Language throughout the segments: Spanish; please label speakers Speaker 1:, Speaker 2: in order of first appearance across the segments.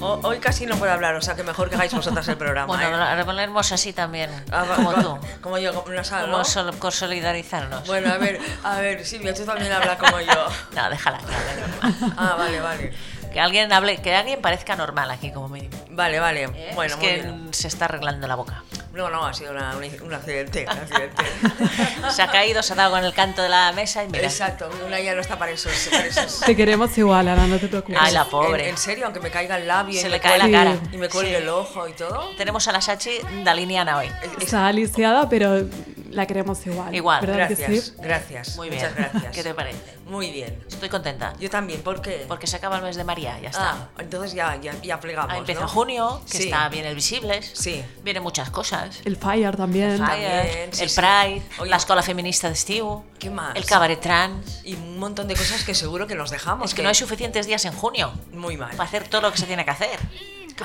Speaker 1: ho- hoy casi no puedo hablar, o sea que mejor que hagáis vosotras el programa.
Speaker 2: Bueno,
Speaker 1: ¿eh?
Speaker 2: ahora hablaremos así también,
Speaker 1: Ah, va-
Speaker 2: como
Speaker 1: va-
Speaker 2: tú.
Speaker 1: Como yo, como una sala,
Speaker 2: Como
Speaker 1: ¿no?
Speaker 2: sol- por solidarizarnos.
Speaker 1: Bueno, a ver, a ver, Silvia, tú también habla como yo.
Speaker 2: No, déjala que hable normal.
Speaker 1: Ah, vale, vale.
Speaker 2: Que alguien hable, que alguien parezca normal aquí como mínimo.
Speaker 1: Vale, vale.
Speaker 2: ¿eh?
Speaker 1: Bueno,
Speaker 2: es
Speaker 1: muy
Speaker 2: que
Speaker 1: bien.
Speaker 2: se está arreglando la boca.
Speaker 1: No, no, ha sido una- un, un accidente, un accidente.
Speaker 2: Se ha caído, se ha dado con el canto de la mesa y mira.
Speaker 1: Exacto, una ya no está para esos. Para esos.
Speaker 3: Te queremos igual, Ana, no te preocupes.
Speaker 2: Ay, la
Speaker 1: En,
Speaker 2: pobre.
Speaker 1: en serio, aunque me caiga el labio y
Speaker 2: se
Speaker 1: me
Speaker 2: le cae la
Speaker 3: Sí.
Speaker 2: cara.
Speaker 1: cuelgue- y me cuelgue el ojo y todo.
Speaker 2: Tenemos a la Sachi daliniana hoy.
Speaker 3: Está aliciada, pero la queremos igual.
Speaker 2: Igual,
Speaker 3: ¿Verdad que
Speaker 1: Gracias,
Speaker 3: sí?
Speaker 1: gracias.
Speaker 2: Muy bien.
Speaker 1: Muchas gracias.
Speaker 2: ¿Qué te parece?
Speaker 1: Muy bien.
Speaker 2: Estoy contenta.
Speaker 1: Yo también, ¿por qué?
Speaker 2: Porque se acaba el mes de María, ya está.
Speaker 1: Ah, entonces ya, ya, ya plegamos.
Speaker 2: Ahí empieza
Speaker 1: ¿no?
Speaker 2: junio, que
Speaker 1: Sí.
Speaker 2: está bien el Visibles.
Speaker 1: Sí.
Speaker 2: Vienen muchas cosas.
Speaker 3: El Fire también.
Speaker 2: Fire,
Speaker 1: también, sí,
Speaker 2: el
Speaker 1: sí.
Speaker 2: Pride,
Speaker 1: Oye.
Speaker 2: la escuela feminista de Steve,
Speaker 1: ¿Qué más?
Speaker 2: el cabaret trans.
Speaker 1: Y un montón de cosas que seguro que nos dejamos.
Speaker 2: Es que no hay suficientes días en junio
Speaker 1: Muy mal.
Speaker 2: para hacer todo lo que se tiene que hacer. ¿Qué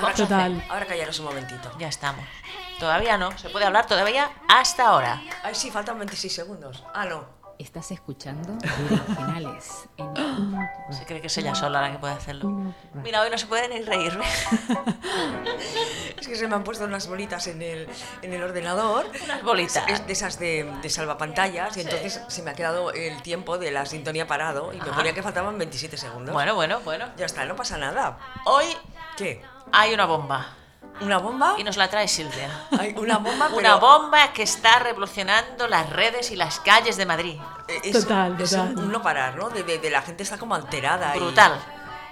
Speaker 1: Ahora,
Speaker 2: vamos a hacer?
Speaker 3: Total.
Speaker 1: ahora callaros un momentito.
Speaker 2: Ya estamos. Todavía no, se puede hablar todavía hasta ahora.
Speaker 1: Ay, sí, faltan 26 segundos. Ah, no.
Speaker 4: Estás escuchando originales en un
Speaker 2: Se cree que es ella sola la que puede hacerlo. Mira, hoy no se puede ni reírme.
Speaker 1: Es que se me han puesto unas bolitas en el, en el ordenador.
Speaker 2: Unas bolitas.
Speaker 1: Es de esas de, de salvapantallas y entonces se me ha quedado el tiempo de la sintonía parado y me
Speaker 2: Ajá.
Speaker 1: ponía que faltaban 27 segundos.
Speaker 2: Bueno, bueno, bueno.
Speaker 1: Ya está, no pasa nada.
Speaker 2: Hoy
Speaker 1: ¿Qué?
Speaker 2: hay una bomba.
Speaker 1: ¿Una bomba?
Speaker 2: Y nos la trae Silvia.
Speaker 1: Hay una bomba, pero...
Speaker 2: Una bomba que está revolucionando las redes y las calles de Madrid.
Speaker 1: Eh, Es,
Speaker 3: Total,
Speaker 1: es
Speaker 3: total.
Speaker 1: un no parar, ¿no? De, de- de la gente está como alterada. y-
Speaker 2: Brutal.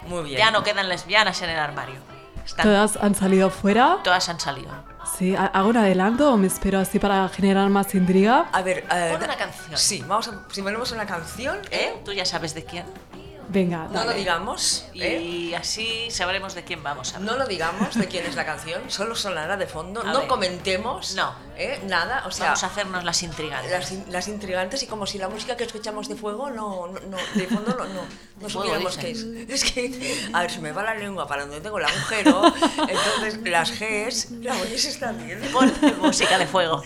Speaker 1: Muy bien.
Speaker 2: Ya no quedan lesbianas en el armario. Están-
Speaker 3: Todas han salido fuera.
Speaker 2: todas han salido.
Speaker 3: Sí, ¿ha- ¿hago un adelanto o me espero así para generar más intriga?
Speaker 1: A ver... eh,
Speaker 2: Pon
Speaker 1: da-
Speaker 2: una canción.
Speaker 1: Sí, vamos a... Si ponemos una canción,
Speaker 2: ¿Eh? Tú ya sabes de quién.
Speaker 3: Venga,
Speaker 1: no
Speaker 3: dale.
Speaker 1: lo digamos, ¿eh?
Speaker 2: Y así sabremos de quién vamos a hablar.
Speaker 1: No lo digamos de quién es la canción, solo sonará de fondo,
Speaker 2: A
Speaker 1: no
Speaker 2: ver.
Speaker 1: comentemos
Speaker 2: No.
Speaker 1: ¿eh? nada, o sea,
Speaker 2: Vamos a hacernos las intrigas.
Speaker 1: las, in- las intrigantes y como si la música que escuchamos de fuego no, no, no- de fondo no, no, no
Speaker 2: fuego,
Speaker 1: supiéramos qué es.
Speaker 2: dicen.
Speaker 1: Es que, a ver, se me va la lengua para donde tengo el agujero, entonces las Gs, la voy se está bien.
Speaker 2: Pon música de fuego.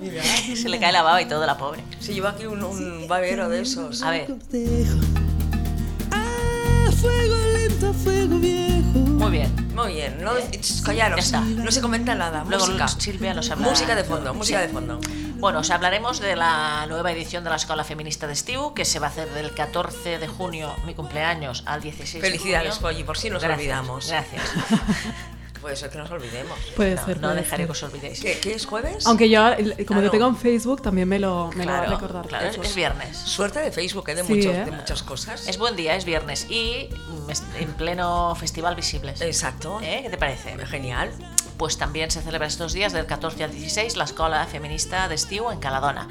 Speaker 1: Mira,
Speaker 2: Se le cae la baba y todo, la pobre.
Speaker 1: se lleva aquí un, un babero de esos.
Speaker 2: A ver,
Speaker 5: Ah, fuego lento, fuego viejo.
Speaker 2: muy bien.
Speaker 1: Muy bien, no, ch, callaros,
Speaker 2: Ya está.
Speaker 1: no se comenta nada,
Speaker 2: Luego
Speaker 1: música.
Speaker 2: Silvia nos habla.
Speaker 1: Música de fondo, música de fondo.
Speaker 2: Bueno, os hablaremos de la nueva edición de la Escuela Feminista de Steve, que se va a hacer del 14 de junio, mi cumpleaños, al 16 de
Speaker 1: Felicidades,
Speaker 2: junio.
Speaker 1: Polly, por si nos
Speaker 2: Gracias,
Speaker 1: olvidamos.
Speaker 2: Gracias.
Speaker 1: Puede ser que nos olvidemos.
Speaker 3: Puede
Speaker 2: No,
Speaker 3: ser.
Speaker 2: no
Speaker 3: puede
Speaker 2: dejaré
Speaker 3: ser.
Speaker 2: que os olvidéis.
Speaker 1: ¿Qué, qué es jueves?
Speaker 3: Aunque yo, el- como
Speaker 1: Claro.
Speaker 3: lo tengo en Facebook, también me lo, me lo va a
Speaker 2: Claro,
Speaker 3: recordar.
Speaker 2: claro, es, es viernes.
Speaker 1: Suerte de Facebook, ¿eh? de,
Speaker 3: Sí,
Speaker 1: muchos-
Speaker 3: ¿eh?
Speaker 1: de muchas cosas.
Speaker 2: Es buen día, es viernes. Y mm, es- en pleno Festival Visibles.
Speaker 1: Exacto.
Speaker 2: ¿Eh? ¿Qué te parece?
Speaker 1: Genial.
Speaker 2: Pues también se celebra estos días, del 14 al 16, la Escuela Feminista de Estiu en Caladona.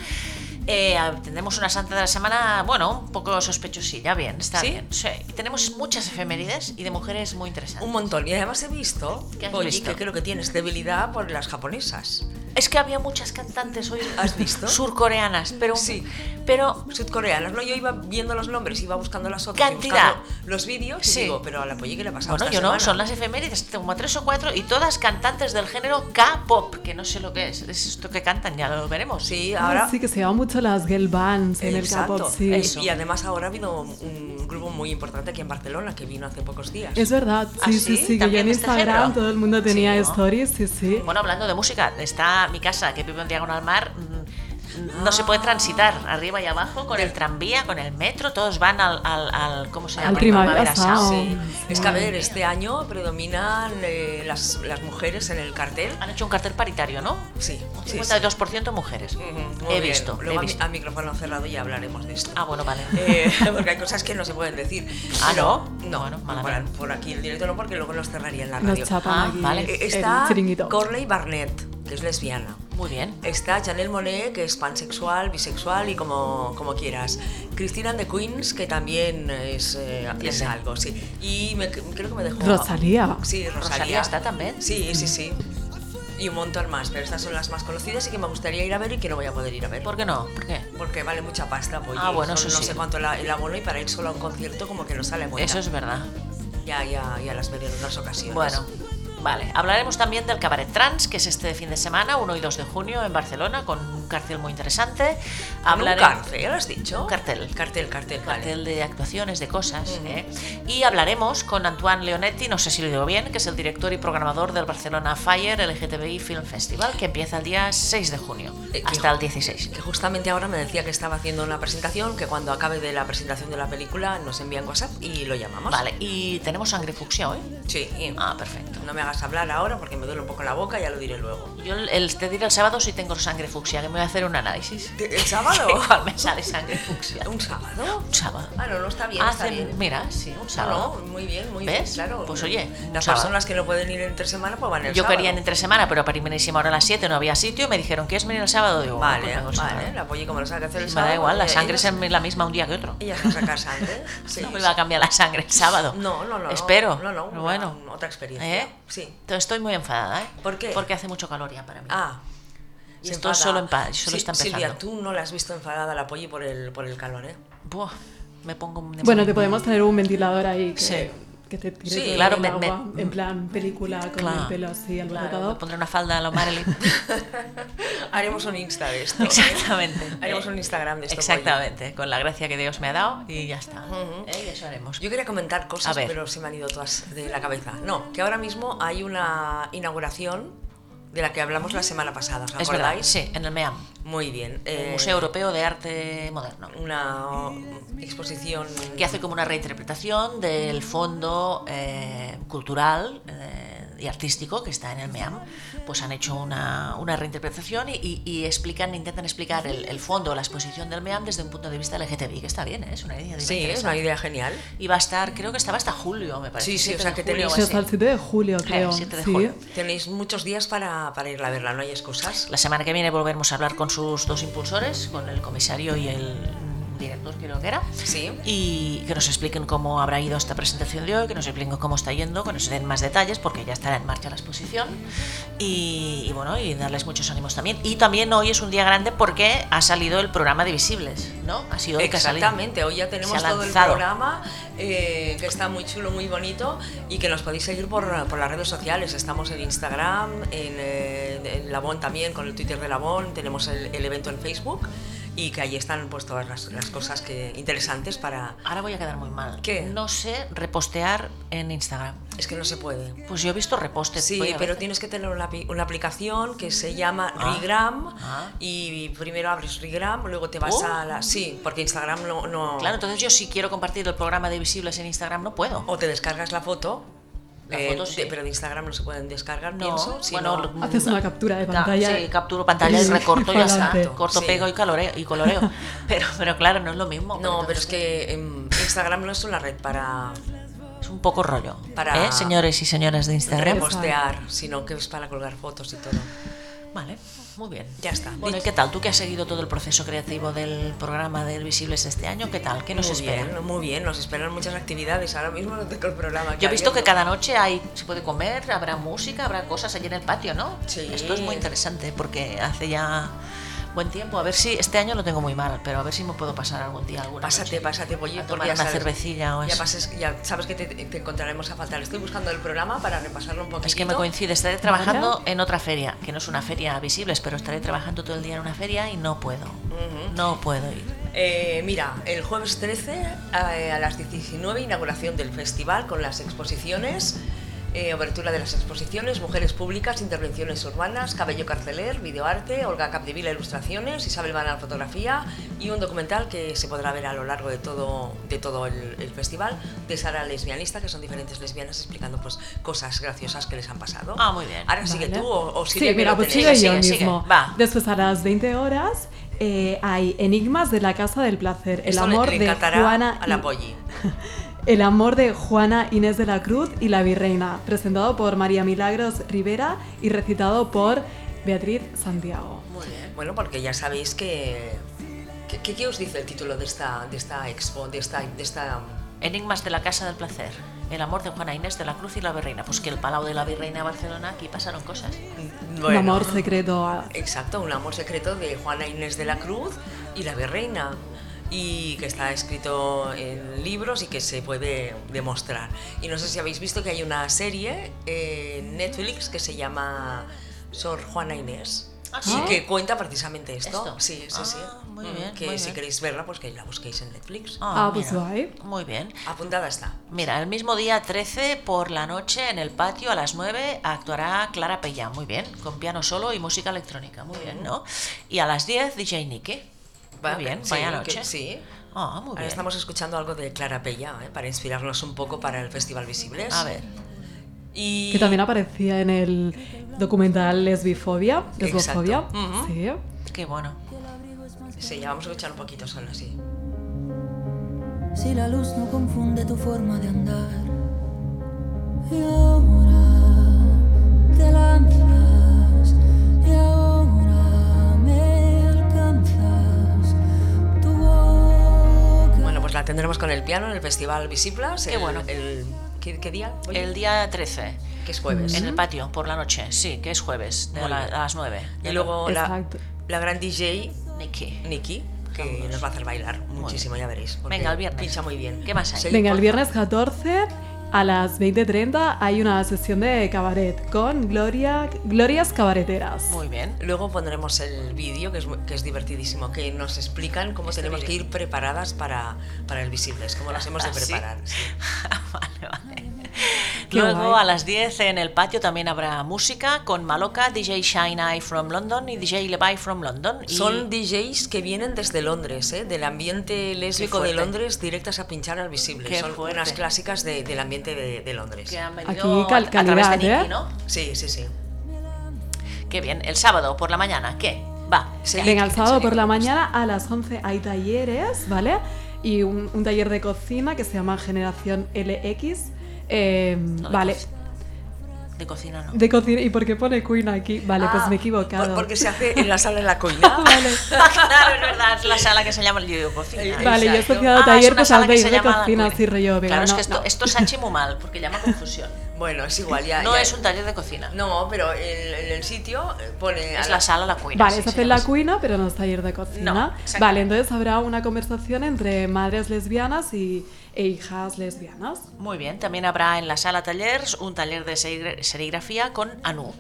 Speaker 2: Eh, a- tendremos una santa de la semana, bueno, un poco sospechosilla, bien, está
Speaker 1: ¿Sí?
Speaker 2: bien. Sí. Y tenemos muchas efemérides y de mujeres muy interesantes.
Speaker 1: Un montón. Y además he visto,
Speaker 2: ¿Qué has
Speaker 1: Polly,
Speaker 2: visto?
Speaker 1: que creo que tienes debilidad por las japonesas.
Speaker 2: Es que había muchas cantantes hoy.
Speaker 1: ¿Has visto?
Speaker 2: Surcoreanas, pero.
Speaker 1: Sí.
Speaker 2: Pero.
Speaker 1: Sudcoreanas, ¿no? Yo iba viendo los nombres, iba buscando las otras. y
Speaker 2: Cantidad.
Speaker 1: buscando los vídeos
Speaker 2: Sí.
Speaker 1: y digo, pero a la Polly que le ha pasado
Speaker 2: Bueno,
Speaker 1: esta
Speaker 2: yo no,
Speaker 1: semana?
Speaker 2: son las efemérides, tengo como tres o cuatro, y todas cantantes del género K-pop, que no sé lo que es, es esto que cantan, ya lo veremos.
Speaker 1: Sí,
Speaker 3: Ah,
Speaker 1: ahora...
Speaker 3: sí, que se llevan mucho las girl bands en el
Speaker 1: Exacto.
Speaker 3: K-pop, sí.
Speaker 1: Eh, Y además ahora ha habido un grupo muy importante aquí en Barcelona que vino hace pocos días.
Speaker 3: Es verdad, sí,
Speaker 2: ¿Ah, sí?
Speaker 3: sí, sí, que yo
Speaker 2: ¿También
Speaker 3: en
Speaker 2: de este
Speaker 3: Instagram
Speaker 2: género?
Speaker 3: todo el mundo tenía
Speaker 2: Sí, ¿no?
Speaker 3: stories, sí, sí.
Speaker 2: Bueno, hablando de música, está mi casa, que vive en Diagonal Mar, mm, no se puede transitar arriba y abajo con el tranvía, con el metro, todos van al, al, al- ¿cómo se llama?
Speaker 3: Al Primavera Sound. Mm,
Speaker 2: sí.
Speaker 1: Es que a ver, este año predominan eh, las, las mujeres en el cartel.
Speaker 2: Han hecho un cartel paritario, ¿no?
Speaker 1: Sí,
Speaker 2: Un
Speaker 1: sí, sí.
Speaker 2: 52% mujeres.
Speaker 1: Ujú, muy
Speaker 2: He
Speaker 1: bien.
Speaker 2: visto,
Speaker 1: Luego
Speaker 2: he
Speaker 1: a mi-
Speaker 2: visto.
Speaker 1: A, micrófono cerrado ya hablaremos de esto.
Speaker 2: Ah, bueno, vale.
Speaker 1: Eh, porque hay cosas que no se pueden decir.
Speaker 2: Ah, ¿no?
Speaker 1: No,
Speaker 2: Bueno, mala
Speaker 1: por,
Speaker 2: mía.
Speaker 1: por aquí en directo no, porque luego nos cerrarían la
Speaker 3: Nos
Speaker 1: radio.
Speaker 3: chapan
Speaker 2: Ah,
Speaker 3: aquí
Speaker 2: vale.
Speaker 3: el-
Speaker 1: Eh,
Speaker 3: el
Speaker 1: Está
Speaker 3: chiringuito.
Speaker 1: Corley Barnett, que es lesbiana.
Speaker 2: Muy bien.
Speaker 1: Está Janelle Monet, que es pansexual, bisexual y como, como quieras. Cristina de Queens, que también es, eh, es
Speaker 2: Bien.
Speaker 1: algo, sí. Y me- creo que me dejó.
Speaker 3: Rosalía.
Speaker 1: Sí, Rosalía.
Speaker 2: Rosalía está también.
Speaker 1: Sí, sí, sí. Y un montón más, pero estas son las más conocidas y que me gustaría ir a ver y que no voy a poder ir a ver.
Speaker 2: ¿Por qué no? ¿Por qué?
Speaker 1: Porque vale mucha pasta, pues
Speaker 2: Ah, bueno, eso
Speaker 1: no
Speaker 2: sí.
Speaker 1: sé cuánto la- el abono y para ir solo a un concierto como que no sale muy
Speaker 2: Eso es verdad.
Speaker 1: Ya, ya, ya las veré en otras ocasiones.
Speaker 2: Bueno, vale. Hablaremos también del Cabaret Trans, que es este fin de semana, 1 y 2 de junio, en Barcelona, con un cartel muy interesante.
Speaker 1: Hablar
Speaker 2: Hablaré-
Speaker 1: un cárcel, ¿has dicho?
Speaker 2: Un cartel.
Speaker 1: Cartel, cartel, vale.
Speaker 2: cartel de actuaciones, de cosas. ¿eh? Y hablaremos con Antoine Leonetti, no sé si lo digo bien, que es el director y programador del Barcelona Fire LGTBI Film Festival, que empieza el día 6 de junio,
Speaker 1: Eh, que
Speaker 2: hasta
Speaker 1: ju-
Speaker 2: el 16.
Speaker 1: Que justamente ahora me decía que estaba haciendo una presentación, que cuando acabe de la presentación de la película nos envían WhatsApp y lo llamamos.
Speaker 2: Vale, y tenemos sangre fucsia hoy.
Speaker 1: Sí. y-
Speaker 2: Ah, perfecto.
Speaker 1: No me hagas hablar ahora porque me duele un poco la boca, ya lo diré luego.
Speaker 2: Yo el, el- te diré el sábado si tengo sangre fucsia, que me voy a hacer un análisis.
Speaker 1: ¿El sábado?
Speaker 2: Igual me sale sangre fucsia.
Speaker 1: ¿Un sábado?
Speaker 2: Un sábado.
Speaker 1: Ah, no, no está bien, está
Speaker 2: Hacen-
Speaker 1: bien.
Speaker 2: Mira, sí, un
Speaker 1: No,
Speaker 2: sábado.
Speaker 1: no, muy bien, muy bien,
Speaker 2: ¿Ves?
Speaker 1: claro.
Speaker 2: Pues oye, un
Speaker 1: las
Speaker 2: sábado.
Speaker 1: personas que no pueden ir entre semana pues van el
Speaker 2: Yo
Speaker 1: sábado.
Speaker 2: quería ir entre semana, pero para primerísima hora a las 7 no había sitio y me dijeron, ¿quieres venir el sábado? Digo, "Bueno,
Speaker 1: Vale,
Speaker 2: pues vengo el
Speaker 1: vale,
Speaker 2: sábado".
Speaker 1: el apoyo como lo sabe que hacer el
Speaker 2: Me
Speaker 1: sábado.
Speaker 2: da igual, la
Speaker 1: porque
Speaker 2: sangre es
Speaker 1: ellas-
Speaker 2: en- la misma un día que otro.
Speaker 1: Ellas no sacas antes. Sí,
Speaker 2: no me va a cambiar la sangre el sábado.
Speaker 1: No, no, no.
Speaker 2: Espero.
Speaker 1: No, no, una-
Speaker 2: Pero bueno.
Speaker 1: otra experiencia.
Speaker 2: ¿Eh?
Speaker 1: Sí.
Speaker 2: Entonces, estoy muy enfadada, ¿eh?
Speaker 1: ¿Por qué?
Speaker 2: Porque hace mucho calor ya para mí.
Speaker 1: Ah.
Speaker 2: Y
Speaker 1: se
Speaker 2: esto
Speaker 1: enfada.
Speaker 2: solo empa- solo
Speaker 1: Sí,
Speaker 2: está
Speaker 1: Silvia,
Speaker 2: empezando.
Speaker 1: tú no la has visto enfadada la Polly por el, por el calor, ¿eh?
Speaker 2: Buah, me pongo... un-
Speaker 3: Bueno, te podemos tener un ventilador ahí que,
Speaker 2: Sí.
Speaker 3: que te tire
Speaker 1: Sí,
Speaker 3: todo
Speaker 2: claro,
Speaker 3: el
Speaker 2: me- me-
Speaker 3: agua, en plan película con
Speaker 2: Claro,
Speaker 3: el pelo así
Speaker 2: Claro, me
Speaker 3: alborotado.
Speaker 2: pondré una falda a lo Marilyn.
Speaker 1: Haremos un Insta de esto. ¿eh?
Speaker 2: Exactamente.
Speaker 1: Haremos un Instagram de esto. Polly.
Speaker 2: Exactamente, con la gracia que Dios me ha dado y ya está.
Speaker 1: Ujú.
Speaker 2: ¿Eh? Y eso haremos.
Speaker 1: Yo quería comentar
Speaker 2: A
Speaker 1: cosas,
Speaker 2: ver.
Speaker 1: pero se me han ido todas de la cabeza. No, que ahora mismo hay una inauguración de la que hablamos la semana pasada, ¿os
Speaker 2: es verdad,
Speaker 1: acordáis?
Speaker 2: sí, en el MEAM,
Speaker 1: Muy bien.
Speaker 2: el
Speaker 1: eh,
Speaker 2: Museo Europeo de Arte Moderno.
Speaker 1: Una o, exposición
Speaker 2: que hace como una reinterpretación del fondo eh, cultural eh, y artístico que está en el MEAM. Pues han hecho una, una reinterpretación y, y- y explican, intentan explicar el, el fondo, la exposición del MEAM desde un punto de vista LGTBI, que está bien, ¿eh? es una idea
Speaker 1: Sí, es
Speaker 2: interesante.
Speaker 1: una idea genial.
Speaker 2: Y va a estar, creo que estaba hasta julio, me parece.
Speaker 1: Sí, sí, o
Speaker 2: 7
Speaker 1: sea,
Speaker 2: de
Speaker 1: que
Speaker 2: julio o
Speaker 1: tenéis-
Speaker 3: Sí,
Speaker 2: así.
Speaker 3: hasta el 7 de julio,
Speaker 2: Claro,
Speaker 3: creo.
Speaker 2: 7 de
Speaker 3: sí.
Speaker 2: julio.
Speaker 1: Tenéis muchos días para, para irla a verla, no hay excusas.
Speaker 2: La semana que viene volveremos a hablar con sus dos impulsores, con el comisario y el director, creo que era.
Speaker 1: Sí.
Speaker 2: Y que nos expliquen cómo habrá ido esta presentación de hoy, que nos expliquen cómo está yendo, que nos den más detalles, porque ya estará en marcha la exposición. Y, y bueno, y darles muchos ánimos también. Y también hoy es un día grande porque ha salido el programa de Visibles, ¿no? Ha sido hoy que ha salido.
Speaker 1: Exactamente, hoy ya tenemos
Speaker 2: Se ha
Speaker 1: todo el
Speaker 2: lanzado.
Speaker 1: programa eh, que está muy chulo, muy bonito y que nos podéis seguir por, por las redes sociales. Estamos en Instagram, en, eh, en Labón también, con el Twitter de Labón, tenemos el, el evento en Facebook y que ahí están pues todas las, las cosas que, interesantes para...
Speaker 2: Ahora voy a quedar muy mal.
Speaker 1: ¿Qué?
Speaker 2: No sé repostear en Instagram.
Speaker 1: Es que no se puede.
Speaker 2: Pues yo he visto repostes.
Speaker 1: Sí,
Speaker 2: voy a ver.
Speaker 1: pero tienes que tener una, api- una aplicación que se llama
Speaker 2: Ah.
Speaker 1: Regram
Speaker 2: Ah.
Speaker 1: y primero abres Regram, luego te vas
Speaker 2: Oh.
Speaker 1: a la... Sí, porque Instagram no... no-
Speaker 2: Claro, entonces yo si quiero compartir el programa de Visibles en Instagram no puedo.
Speaker 1: O te descargas la foto.
Speaker 2: La
Speaker 1: eh,
Speaker 2: foto,
Speaker 1: de-
Speaker 2: sí.
Speaker 1: pero de Instagram no se pueden descargar,
Speaker 2: No,
Speaker 1: pienso. si
Speaker 2: bueno,
Speaker 1: no-
Speaker 2: lo-
Speaker 3: Haces una captura de
Speaker 2: Ca-
Speaker 3: pantalla.
Speaker 2: Sí, capturo pantalla y
Speaker 3: Sí,
Speaker 2: recorto y ya está.
Speaker 3: pa'lante.
Speaker 2: Corto,
Speaker 1: Sí.
Speaker 2: pego y, caloreo, y coloreo. Pero, pero claro, no es lo mismo. porque
Speaker 1: No, pero es
Speaker 2: entonces
Speaker 1: que em, Instagram no es una red para
Speaker 2: Es un poco rollo.
Speaker 1: Para-
Speaker 2: ¿eh, señores y señoras de Instagram.
Speaker 1: repostear, sino que es para colgar fotos y todo.
Speaker 2: Vale, muy bien.
Speaker 1: Ya está.
Speaker 2: Bueno, ¿y qué tal? Tú que has seguido todo el proceso creativo del programa del Visibles este año, ¿qué tal? ¿Qué nos
Speaker 1: muy
Speaker 2: espera?
Speaker 1: bien, muy bien, nos esperan muchas actividades. Ahora mismo no tengo el programa.
Speaker 2: Yo he visto que
Speaker 1: abierto.
Speaker 2: cada noche hay, se puede comer, habrá música, habrá cosas allí en el patio, ¿no?
Speaker 1: Sí.
Speaker 2: Esto es muy interesante porque hace ya buen tiempo. A ver si este año lo tengo muy mal, pero a ver si me puedo pasar algún día alguna
Speaker 1: Pásate,
Speaker 2: noche.
Speaker 1: pásate, Polly,
Speaker 2: A
Speaker 1: porque
Speaker 2: tomar
Speaker 1: ya
Speaker 2: una
Speaker 1: sabes-
Speaker 2: cervecilla o
Speaker 1: ya,
Speaker 2: eso.
Speaker 1: pases- ya sabes que te, te encontraremos a faltar. Estoy buscando el programa para repasarlo un poquito.
Speaker 2: Es que me coincide, estaré trabajando en otra feria, que no es una feria visibles, pero estaré trabajando todo el día en una feria y no puedo. No puedo ir.
Speaker 1: Eh, mira, el jueves 13 eh, a las 19 inauguración del festival con las exposiciones, eh, obertura de las exposiciones, mujeres públicas, intervenciones urbanas, cabello carceler, videoarte, Olga Capdevila ilustraciones, Isabel Banal fotografía y un documental que se podrá ver a lo largo de todo, de todo el, el festival de Sara Lesbianista, que son diferentes lesbianas explicando pues cosas graciosas que les han pasado.
Speaker 2: Ah, muy bien.
Speaker 1: Ahora sigue
Speaker 3: Vale.
Speaker 1: tú o, o
Speaker 3: Sí,
Speaker 1: sigue que
Speaker 3: mira,
Speaker 1: lo
Speaker 3: pues
Speaker 1: tenéis.
Speaker 3: sigue,
Speaker 2: Sigue,
Speaker 3: yo
Speaker 2: sigue,
Speaker 3: mismo.
Speaker 2: sigue. Va.
Speaker 3: Después a las 20 horas eh, hay Enigmas de la Casa del Placer. El
Speaker 1: Esto le-
Speaker 3: amor
Speaker 1: le
Speaker 3: de
Speaker 1: encantará
Speaker 3: Juana.
Speaker 1: a
Speaker 3: y-
Speaker 1: la Polly.
Speaker 3: El amor de Juana Inés de la Cruz y la Virreina, presentado por María Milagros Rivera y recitado por Beatriz Santiago.
Speaker 2: Muy bien.
Speaker 1: Bueno, porque ya sabéis que... ¿Qué, qué- qué os dice el título de esta, de esta expo, de esta... De esta
Speaker 2: Enigmas de la Casa del Placer. El amor de Juana Inés de la Cruz y la Virreina. Pues que el Palau de la Virreina de Barcelona aquí pasaron cosas.
Speaker 1: mm, bueno,
Speaker 3: Un amor secreto. a-
Speaker 1: Exacto, un amor secreto de Juana Inés de la Cruz y la Virreina. Y que está escrito en libros y que se puede demostrar. Y no sé si habéis visto que hay una serie eh, en Netflix que se llama Sor Juana Inés.
Speaker 2: Ah,
Speaker 1: y
Speaker 2: sí.
Speaker 1: que cuenta precisamente esto.
Speaker 2: Esto.
Speaker 1: Sí, sí, sí.
Speaker 2: Ah, muy
Speaker 1: Mm,
Speaker 2: bien,
Speaker 1: Que
Speaker 2: muy
Speaker 1: si
Speaker 2: bien.
Speaker 1: queréis verla, pues que la busquéis en Netflix.
Speaker 3: Ah, pues guay.
Speaker 2: Muy bien.
Speaker 1: Apuntada está.
Speaker 2: Mira, el mismo día 13 por la noche en el patio a las 9 actuará Clara Pella, muy bien, con piano solo y música electrónica, muy bien, ¿no? Y a las 10 DJ Nicky.
Speaker 1: Va,
Speaker 2: muy bien,
Speaker 1: sí,
Speaker 2: vaya
Speaker 1: que-
Speaker 2: noche.
Speaker 1: sí.
Speaker 2: Ah, muy
Speaker 1: Ahora
Speaker 2: bien.
Speaker 1: estamos escuchando algo de Clara Pella, ¿eh? para inspirarnos un poco para el Festival Visibles.
Speaker 2: A ver.
Speaker 1: Y
Speaker 3: Que también aparecía en el documental Lesbifobia. Lesbofobia.
Speaker 1: Exacto. Ujú.
Speaker 3: Sí.
Speaker 2: Qué bueno.
Speaker 1: sí, ya vamos a escuchar un poquito, son así.
Speaker 6: Si la luz no confunde tu forma de andar Y ahora te lanzas Y ahora me alcanzas Tu boca
Speaker 1: Bueno, pues la tendremos con el piano en el Festival Visibles.
Speaker 2: Qué
Speaker 1: el-
Speaker 2: bueno.
Speaker 1: el- ¿qué, qué día? Hoy?
Speaker 2: El día 13
Speaker 1: Que es
Speaker 3: Pues
Speaker 1: jueves.
Speaker 2: en el patio por la noche, sí, que es jueves, de
Speaker 1: Muy
Speaker 2: la-
Speaker 1: bien.
Speaker 2: a las 9.
Speaker 1: Y luego la,
Speaker 3: Exacto.
Speaker 1: la gran DJ,
Speaker 2: Nicky.
Speaker 1: Nikki, que nos va a hacer bailar muchísimo, ya veréis. porque
Speaker 2: Venga, el viernes.
Speaker 1: Pincha muy bien.
Speaker 2: ¿Qué más hay?
Speaker 1: Sí,
Speaker 3: Venga, el
Speaker 1: por-
Speaker 3: viernes 14 a las 20.30 hay una sesión de cabaret con Gloria, Glorias Cabareteras.
Speaker 2: Muy bien.
Speaker 1: Luego pondremos el vídeo, que es, mu- que es divertidísimo, que nos explican
Speaker 2: Este
Speaker 1: cómo tenemos que ir preparadas para, para el Visibles, cómo las hemos de
Speaker 2: Ah, ¿sí?
Speaker 1: preparar. sí.
Speaker 2: vale, vale.
Speaker 3: Qué
Speaker 2: Luego
Speaker 3: guay.
Speaker 2: a las 10 en el patio también habrá música con Maloka, DJ Shine Eye from London y DJ Levi from London. Y
Speaker 1: Son DJs que vienen desde Londres, ¿eh? del ambiente lésbico de
Speaker 2: fuerte.
Speaker 1: Londres, directas a pinchar al visible.
Speaker 2: Qué
Speaker 1: Son
Speaker 2: fuerte.
Speaker 1: unas clásicas de- del ambiente de, de Londres.
Speaker 2: que han
Speaker 3: Aquí
Speaker 2: venido
Speaker 3: cal-
Speaker 2: a- a través de
Speaker 3: calidad,
Speaker 2: Nicky,
Speaker 3: ¿eh?
Speaker 2: ¿no?
Speaker 1: Sí, sí, sí.
Speaker 2: Qué bien. El sábado por la mañana, ¿qué? Va.
Speaker 1: Sí.
Speaker 3: Venga, el sábado
Speaker 1: Sí,
Speaker 3: por la mañana a las 11 hay talleres, ¿vale? Y un, un taller de cocina que se llama Generación LX. eh,
Speaker 2: No, de
Speaker 3: vale.
Speaker 2: co- De cocina, ¿no?
Speaker 3: De cocina. ¿Y por qué pone Queen aquí? Vale,
Speaker 2: Ah,
Speaker 3: pues me he equivocado.
Speaker 1: Por- porque se hace en la sala de la coina.
Speaker 2: claro, es verdad, es la sala que se llama el digo cocina.
Speaker 3: Vale, yo he
Speaker 1: Exacto.
Speaker 3: asociado
Speaker 2: Ah, es
Speaker 3: taller
Speaker 2: una
Speaker 3: pues
Speaker 2: sala
Speaker 3: al
Speaker 2: que
Speaker 3: de
Speaker 2: se
Speaker 3: ir de
Speaker 2: llama
Speaker 3: cocina,
Speaker 2: Alcune.
Speaker 3: así rollo
Speaker 2: Claro,
Speaker 3: vegano.
Speaker 2: es que esto,
Speaker 3: no.
Speaker 2: esto se ha hecho muy mal, porque llama confusión.
Speaker 1: Bueno, es igual, ya.
Speaker 2: No
Speaker 1: ya-
Speaker 2: es un taller de cocina.
Speaker 1: No, pero el- en el sitio eh, pone. a
Speaker 2: Es
Speaker 1: la-
Speaker 2: la sala La Cuina.
Speaker 3: Vale,
Speaker 2: sí,
Speaker 3: se
Speaker 2: se
Speaker 3: hace en
Speaker 2: llama
Speaker 3: la
Speaker 2: así.
Speaker 3: cuina, pero no es taller de cocina.
Speaker 2: No, exacto.
Speaker 3: vale, entonces habrá una conversación entre madres lesbianas y, e hijas lesbianas.
Speaker 2: Muy bien, también habrá en la sala talleres un taller de serigra- serigrafía con Anu.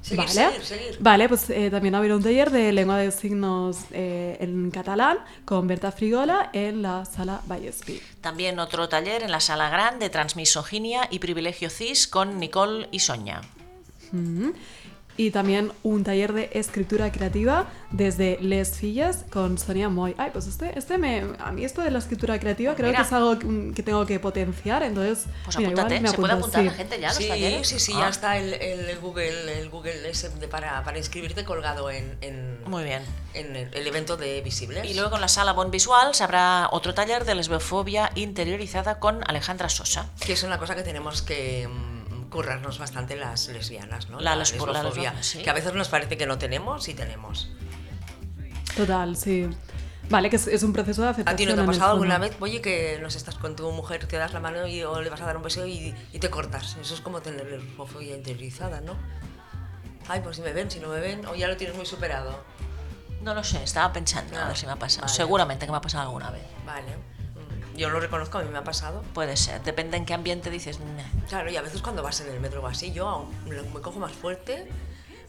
Speaker 1: Seguir,
Speaker 3: vale.
Speaker 1: seguir, seguir.
Speaker 3: vale, pues eh, también habrá un taller de lengua de signos eh, en catalán con Berta Frigola en la sala Vallespí.
Speaker 2: También otro taller en la sala gran de transmisoginia y privilegio cis con Nicole y Sonia.
Speaker 3: Mm. Y también un taller de escritura creativa desde Les Fillas con Sonia Moy. Ay, pues este, este me, a mí esto de la escritura creativa creo
Speaker 2: mira.
Speaker 3: que es algo que, mm, que tengo que potenciar, entonces...
Speaker 2: Pues
Speaker 3: mira, igual
Speaker 2: apúntate,
Speaker 3: me
Speaker 2: se puede
Speaker 3: apunto,
Speaker 2: apuntar la
Speaker 3: sí.
Speaker 2: gente ya a los
Speaker 1: sí,
Speaker 2: talleres.
Speaker 1: sí, sí,
Speaker 2: Ah,
Speaker 1: ya está el, el Google, el Google ese de para, para inscribirte colgado en, en,
Speaker 2: Muy bien.
Speaker 1: en el, el evento de Visibles.
Speaker 2: Y luego en la sala Bon Visual habrá otro taller de lesbofobia interiorizada con Alejandra Sosa.
Speaker 1: Que es una cosa que tenemos que mm, currarnos bastante las lesbianas, ¿no?
Speaker 2: La lesbo- la
Speaker 1: lesbofobia,
Speaker 2: lesbo- sí.
Speaker 1: Que a veces nos parece que no tenemos y tenemos.
Speaker 3: Total, sí. Vale, que es, es un proceso de
Speaker 1: ¿A
Speaker 3: aceptación.
Speaker 1: ti no te ha
Speaker 3: en el
Speaker 1: pasado alguna
Speaker 3: fondo.
Speaker 1: vez, oye, que nos estás con tu mujer, te das la mano y, o le vas a dar un beso y, y te cortas? Eso es como tener lesbofobia interiorizada, ¿no? Ay, pues si me ven, si no me ven, o ya lo tienes muy superado.
Speaker 2: No lo sé, estaba pensando a
Speaker 1: Ah,
Speaker 2: ver si me ha pasado.
Speaker 1: vale.
Speaker 2: Seguramente que me ha pasado alguna vez.
Speaker 1: Vale. Mm, Yo lo reconozco, a mí me ha pasado.
Speaker 2: Puede ser, depende en qué ambiente dices. "Nah".
Speaker 1: Claro, y a veces cuando vas en el metro o así, yo aún lo- me cojo más fuerte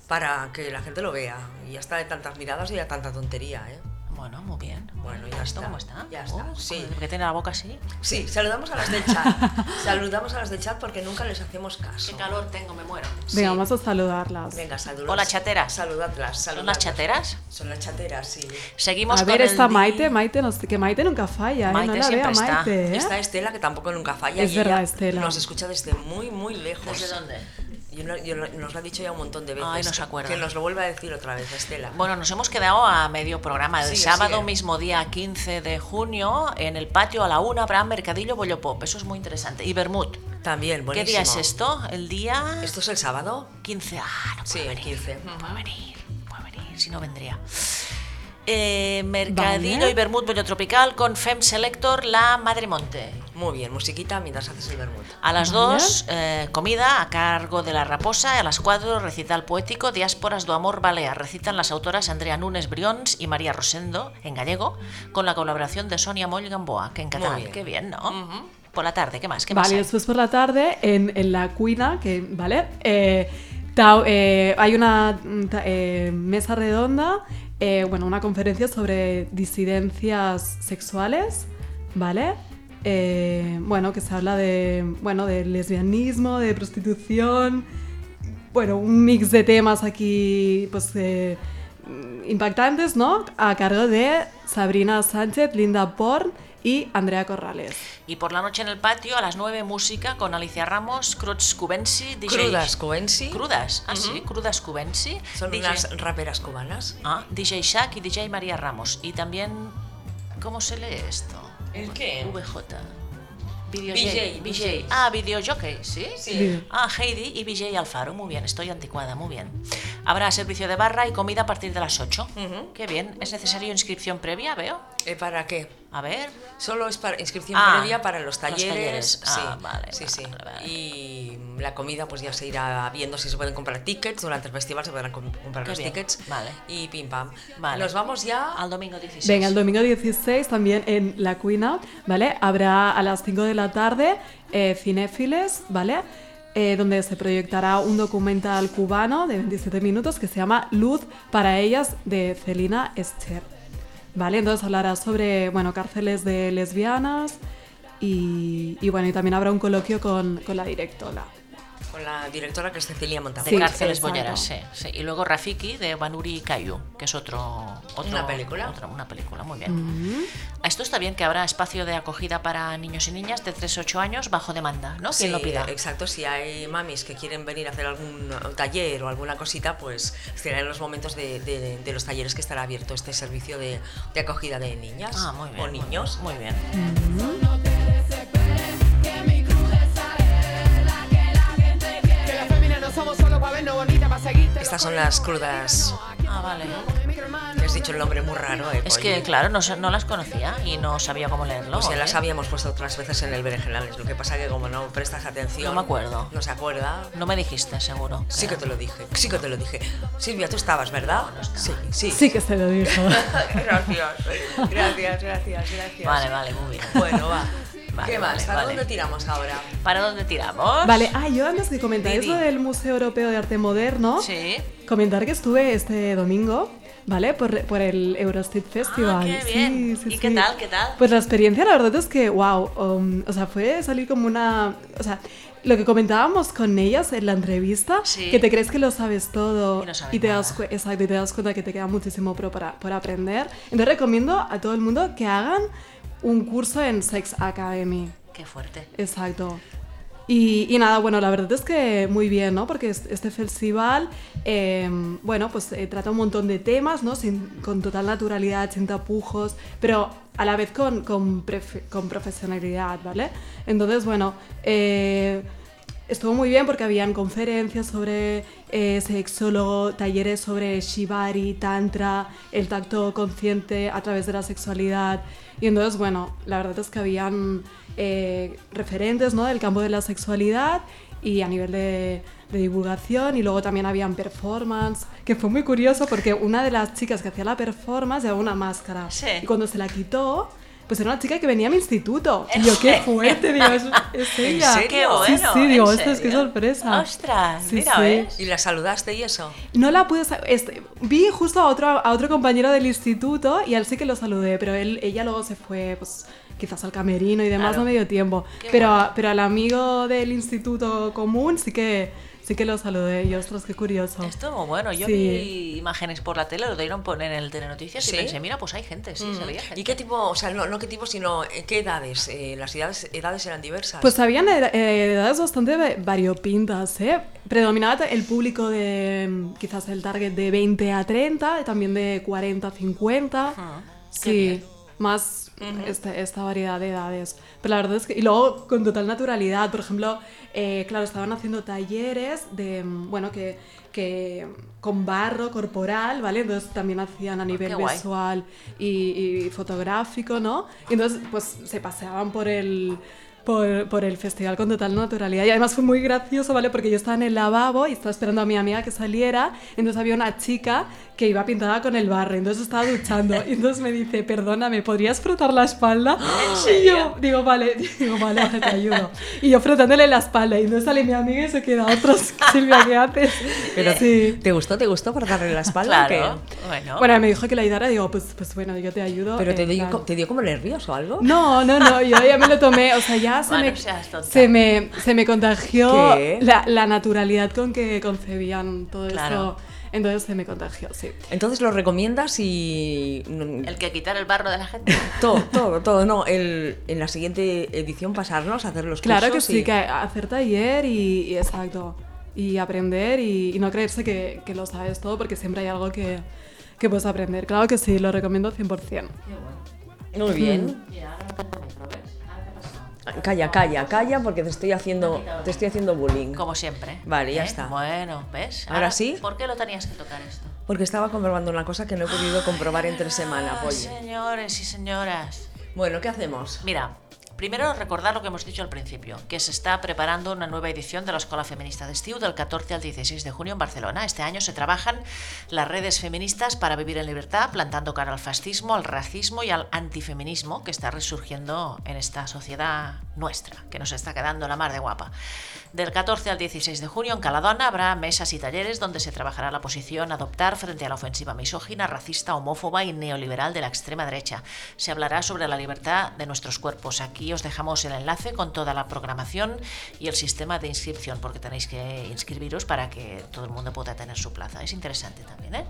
Speaker 1: para que la gente lo vea. Y ya está de tantas miradas y ya tanta tontería, ¿eh?
Speaker 2: Bueno, muy bien.
Speaker 1: Bueno,
Speaker 2: ¿Y
Speaker 1: ya
Speaker 2: esto
Speaker 1: está.
Speaker 2: cómo está?
Speaker 1: Ya está,
Speaker 2: Oh,
Speaker 1: sí.
Speaker 2: joder, Que tiene la boca así.
Speaker 1: Sí, saludamos a las del chat. saludamos a las del chat porque nunca les hacemos caso.
Speaker 2: Qué calor tengo, me muero.
Speaker 3: Venga,
Speaker 1: Sí.
Speaker 3: vamos a saludarlas.
Speaker 1: Venga, saludos.
Speaker 2: Hola, chateras.
Speaker 1: Saludadlas,
Speaker 2: ¿Son las
Speaker 1: saludadlas.
Speaker 2: chateras?
Speaker 1: Son las chateras, sí.
Speaker 2: Seguimos
Speaker 3: A
Speaker 2: con
Speaker 3: ver,
Speaker 2: el
Speaker 3: está
Speaker 2: di-
Speaker 3: Maite, Maite, no sé, que Maite nunca falla, ¿eh?
Speaker 2: Maite
Speaker 3: no la veo a
Speaker 2: siempre está.
Speaker 3: Maite. ¿eh?
Speaker 1: Está Estela, que tampoco nunca falla.
Speaker 3: Es
Speaker 1: y ella
Speaker 3: verdad, Estela.
Speaker 1: Nos escucha desde muy, muy lejos.
Speaker 2: ¿Desde dónde?
Speaker 1: Yo no- yo no- nos lo ha dicho ya un montón de veces.
Speaker 2: Ay, no se acuerda.
Speaker 1: Que nos lo vuelva a decir otra vez, Estela.
Speaker 2: Bueno, nos hemos quedado a medio programa. El
Speaker 1: Sigue,
Speaker 2: sábado
Speaker 1: sigue.
Speaker 2: mismo, día 15 de junio, en el patio a la una habrá Mercadillo Bollo Pop. Eso es muy interesante. Y Bermud.
Speaker 1: También,
Speaker 2: ¿Qué
Speaker 1: buenísimo.
Speaker 2: día es esto? El día
Speaker 1: ¿Esto es el sábado?
Speaker 2: 15. Ah, no
Speaker 1: Sí,
Speaker 2: puede
Speaker 1: el
Speaker 2: venir.
Speaker 1: 15.
Speaker 2: No puede venir, no puede venir, si no vendría. Eh, Mercadillo
Speaker 3: Vale.
Speaker 2: y Bermud Bollo Tropical con Fem Selector La Madremonte.
Speaker 1: Muy bien, musiquita mientras haces el vermut.
Speaker 2: A las
Speaker 3: Vale.
Speaker 2: 2, comida a cargo de La Raposa. A las 4, recital poético Diásporas do Amor Balea. Recitan las autoras Andrea Núñez Brions y María Rosendo, en gallego, con la colaboración de Sonia Moll Gamboa, que en catalán.
Speaker 1: bien.
Speaker 2: Qué bien, ¿no? Por la tarde, ¿qué más? ¿Qué más
Speaker 3: Vale,
Speaker 2: hay?
Speaker 3: después por la tarde en, en la cuina, que, ¿vale? Eh, Tao, eh, hay una mm, ta- eh, mesa redonda, eh, bueno, una conferencia sobre disidencias sexuales, ¿vale? Eh, bueno, que se habla de, bueno, de lesbianismo, de prostitución, bueno, un mix de temas aquí, pues, eh, impactantes, ¿no? A cargo de Sabrina Sánchez, Linda Porn y Andrea Corrales.
Speaker 2: Y por la noche en el patio, a las 9, música con Alicia Ramos, Cruz Cubensi, DJ.
Speaker 1: Crudas Coensi.
Speaker 2: Crudas, ah, sí, Crudas Cubensi.
Speaker 1: Son
Speaker 2: DJ,
Speaker 1: unas raperas cubanas.
Speaker 2: ah, DJ Shaq y DJ María Ramos. Y también, ¿cómo se lee esto?
Speaker 1: ¿El qué?
Speaker 2: VJ. Video
Speaker 1: VJ,
Speaker 2: J, VJ. Ah, video jockey, ¿sí?
Speaker 3: Sí.
Speaker 2: Ah, Heidi y VJ Alfaro, muy bien, estoy anticuada, muy bien. Habrá servicio de barra y comida a partir de las 8.
Speaker 1: Ujú.
Speaker 2: Qué bien, ¿es necesario inscripción previa, veo?
Speaker 1: Eh, ¿Para qué?
Speaker 2: A ver,
Speaker 1: Solo es para inscripción
Speaker 2: Ah,
Speaker 1: previa para los
Speaker 2: los
Speaker 1: talleres.
Speaker 2: talleres.
Speaker 1: sí,
Speaker 2: Ah, vale,
Speaker 1: sí,
Speaker 2: vale,
Speaker 1: sí.
Speaker 2: vale, vale.
Speaker 1: Y la comida pues ya se irá viendo si se pueden comprar tickets. Durante el festival se podrán com- comprar
Speaker 2: Qué
Speaker 1: los
Speaker 2: bien,
Speaker 1: tickets.
Speaker 2: vale.
Speaker 1: Y pim pam.
Speaker 2: Vale.
Speaker 1: Nos vamos ya.
Speaker 2: al domingo 16.
Speaker 3: Venga, el domingo 16 también en la Queen Out, ¿vale? Habrá a las 5 de la tarde eh, Cinéfiles, ¿vale? Eh, donde se proyectará un documental cubano de 27 minutos que se llama Luz para ellas de Celina Escher. ¿Vale? Entonces hablará sobre, bueno, cárceles de lesbianas y, y bueno, y también habrá un coloquio con, con la directora.
Speaker 1: Con la directora que es Cecilia Montalvo.
Speaker 2: De
Speaker 3: Sí,
Speaker 2: cárceles
Speaker 3: exacto.
Speaker 2: boyeras, sí, sí. Y luego Rafiki de Banuri Kayu, que es otro, otro-
Speaker 1: Una película. Mm-hmm.
Speaker 2: otra- una película, muy bien. Esto está bien que habrá espacio de acogida para niños y niñas de 3 a 8 años bajo demanda, ¿no? Quien
Speaker 1: Sí,
Speaker 2: lo pida.
Speaker 1: Exacto, si hay mamis que quieren venir a hacer algún taller o alguna cosita, pues serán los momentos de, de- de los talleres que estará abierto este servicio de, de acogida de niñas
Speaker 2: Ah, muy bien.
Speaker 1: o
Speaker 2: muy bien,
Speaker 1: niños.
Speaker 2: Muy bien.
Speaker 7: Que las féminas no somos solo para vernos bonita, para seguirte.
Speaker 1: Estas son las crudas.
Speaker 2: Ah, vale.
Speaker 1: Me has dicho el nombre muy raro, eh,
Speaker 2: Es
Speaker 1: Polly.
Speaker 2: que, claro, no, sa- no las conocía y no sabía cómo leerlo.
Speaker 1: O sea,
Speaker 2: ¿eh?
Speaker 1: Pues las habíamos puesto otras veces en el Berenjenales. Lo que pasa que como no prestas atención...
Speaker 2: No me acuerdo.
Speaker 1: No se acuerda.
Speaker 2: No me dijiste, seguro.
Speaker 1: Sí que te lo dije, sí que te lo dije. Silvia, tú estabas, ¿verdad? Sí, sí.
Speaker 3: Sí que se lo dijo.
Speaker 1: gracias, gracias, gracias, gracias.
Speaker 2: Vale, vale, muy bien.
Speaker 1: Bueno, va.
Speaker 2: Vale,
Speaker 1: ¿Qué más?
Speaker 2: vale,
Speaker 1: ¿Para
Speaker 2: vale.
Speaker 1: dónde tiramos ahora?
Speaker 2: ¿Para dónde tiramos?
Speaker 3: Vale, ah, yo antes que comentar
Speaker 2: Didi.
Speaker 3: eso del Museo Europeo de Arte Moderno.
Speaker 2: Sí.
Speaker 3: Comentar que estuve este domingo, ¿vale? Por, por el Eurostreet Festival.
Speaker 2: Ah, qué bien. ¿Y qué tal, qué tal?
Speaker 3: Pues la experiencia, la verdad es que, wow, um, o sea, fue salir como una... O sea, lo que comentábamos con ellas en la entrevista,
Speaker 2: Sí.
Speaker 3: que te crees que lo sabes todo
Speaker 2: Y no sabes
Speaker 3: te
Speaker 2: nada.
Speaker 3: das cu- exacto, y te das cuenta que te queda muchísimo por, para- por aprender. Entonces recomiendo a todo el mundo que hagan un curso en Sex Academy.
Speaker 1: Pues
Speaker 2: Qué fuerte.
Speaker 3: Exacto. Y, y nada, bueno, la verdad es que muy bien, ¿no? Porque es- este festival, eh, bueno, pues eh, trata un montón de temas, ¿no? Sin- con total naturalidad, sin tapujos, pero a la vez con, con pref- con profesionalidad, ¿vale? Entonces, bueno, eh, estuvo muy bien porque habían conferencias sobre eh, sexólogo, talleres sobre shibari, tantra, el tacto consciente a través de la sexualidad. Y entonces, bueno, la verdad es que habían eh, referentes ¿no? del campo de la sexualidad y a nivel de, de divulgación y luego también habían performance, que fue muy curioso porque una de las chicas que hacía la performance llevaba una máscara
Speaker 2: Sí.
Speaker 3: y cuando se la quitó... Pues era una chica que venía a mi instituto. Y yo, qué fuerte, digo, es, es ella.
Speaker 1: serio? Qué
Speaker 3: Sí,
Speaker 2: bueno,
Speaker 3: sí,
Speaker 2: ¿en
Speaker 3: digo, esto es que
Speaker 2: serio? Ah, este.
Speaker 3: sorpresa.
Speaker 2: Ostras,
Speaker 3: Sí,
Speaker 2: mira,
Speaker 3: sí.
Speaker 2: ¿ves?
Speaker 1: ¿Y la saludaste y eso?
Speaker 3: No la pude sa- este, vi justo a otro a otro compañero del instituto y al sí que lo saludé, pero él ella luego se fue pues quizás al camerino y demás
Speaker 2: Claro.
Speaker 3: no me dio tiempo,
Speaker 2: Qué
Speaker 3: pero a- pero al amigo del instituto común sí que sí que lo saludé. Y ostras, qué curioso.
Speaker 2: Esto muy bueno. Yo
Speaker 3: Sí.
Speaker 2: vi imágenes por la tele, lo dieron por- en el telenoticias
Speaker 1: ¿Sí? Mm.
Speaker 2: y pensé, mira, pues hay gente, sí, se veía gente.
Speaker 1: ¿Y qué tipo, o sea, no, no qué tipo, sino eh, qué edades? Eh, las edades, edades eran diversas.
Speaker 3: Pues habían ed- eh, edades bastante va- variopintas, ¿eh? Predominaba ta- el público de mm, quizás el target de 20 a 30, y también de 40 a 50. sí, más este- esta variedad de edades. Pero la verdad es que, y luego con total naturalidad, por ejemplo, eh, claro, estaban haciendo talleres de, mm, bueno, que, que mm, con barro corporal, ¿vale? Entonces también hacían a nivel
Speaker 2: Ah, qué guay.
Speaker 3: visual visual y, y fotográfico, ¿no? Y entonces, pues se paseaban por el por, por el festival con total naturalidad. Y además fue muy gracioso, ¿vale? Porque yo estaba en el lavabo y estaba esperando a mi amiga que saliera. Entonces había una chica que iba pintada con el barro. Entonces estaba duchando. Y entonces me dice, perdona, ¿me podrías frotar la espalda? Y yo digo, vale, digo, vale, ahora te ayudo. Y yo frotándole la espalda. Y entonces sale mi amiga y se queda otros. Silvia, ¿qué haces?
Speaker 1: Pero
Speaker 3: sí.
Speaker 1: Eh, ¿Te gustó? ¿Te gustó por darle la espalda? o qué?
Speaker 2: Claro, bueno.
Speaker 3: Bueno, me dijo que la ayudara. Digo, pues, pues bueno, yo te ayudo.
Speaker 1: ¿Pero te
Speaker 3: en
Speaker 1: dio,
Speaker 3: plan-
Speaker 1: co- te dio como nervioso o algo?
Speaker 3: No, no, no, yo ya me lo tomé, o sea, ya se,
Speaker 2: Bueno,
Speaker 3: me,
Speaker 2: seas tonta.
Speaker 3: se, me, se me contagió
Speaker 1: ¿Qué?
Speaker 3: la, la naturalidad con que concebían todo
Speaker 2: Claro.
Speaker 3: eso. Entonces se me contagió, sí.
Speaker 1: Entonces lo recomiendas y... mm,
Speaker 2: El que quitar el barro de la gente.
Speaker 1: Todo, todo, todo. No, el- en la siguiente edición pasarnos a hacer los
Speaker 3: Claro que
Speaker 1: cursos
Speaker 3: sí,
Speaker 1: y-
Speaker 3: que hacer taller y, y exacto, y aprender y, y no creerse que, que lo sabes todo porque siempre hay algo que, que puedes aprender. Claro que sí, lo recomiendo 100%.
Speaker 1: Muy bien. Mm. Calla, calla, calla porque te estoy haciendo, te estoy haciendo bullying.
Speaker 2: Como siempre.
Speaker 1: Vale, ya
Speaker 2: ¿Eh?
Speaker 1: está.
Speaker 2: Bueno, ¿ves?
Speaker 1: ¿Ahora sí?
Speaker 2: ¿Por qué lo tenías que tocar esto?
Speaker 1: Porque estaba comprobando una cosa que no he podido comprobar entre semana,
Speaker 2: Ah,
Speaker 1: pollo.
Speaker 2: señores y señoras.
Speaker 1: Bueno, ¿qué hacemos?
Speaker 2: Mira, primero recordar lo que hemos dicho al principio, que se está preparando una nueva edición de la Escuela Feminista de Estiu del 14 al 16 de junio en Barcelona. Este año se trabajan las redes feministas para vivir en libertad, plantando cara al fascismo, al racismo y al antifeminismo que está resurgiendo en esta sociedad nuestra, que nos está quedando la mar de guapa. Del 14 al 16 de junio en Caladona habrá mesas y talleres donde se trabajará la posición a adoptar frente a la ofensiva misógina, racista, homófoba y neoliberal de la extrema derecha. Se hablará sobre la libertad de nuestros cuerpos. Aquí os dejamos el enlace con toda la programación y el sistema de inscripción, porque tenéis que inscribiros para que todo el mundo pueda tener su plaza. Es interesante también, ¿eh?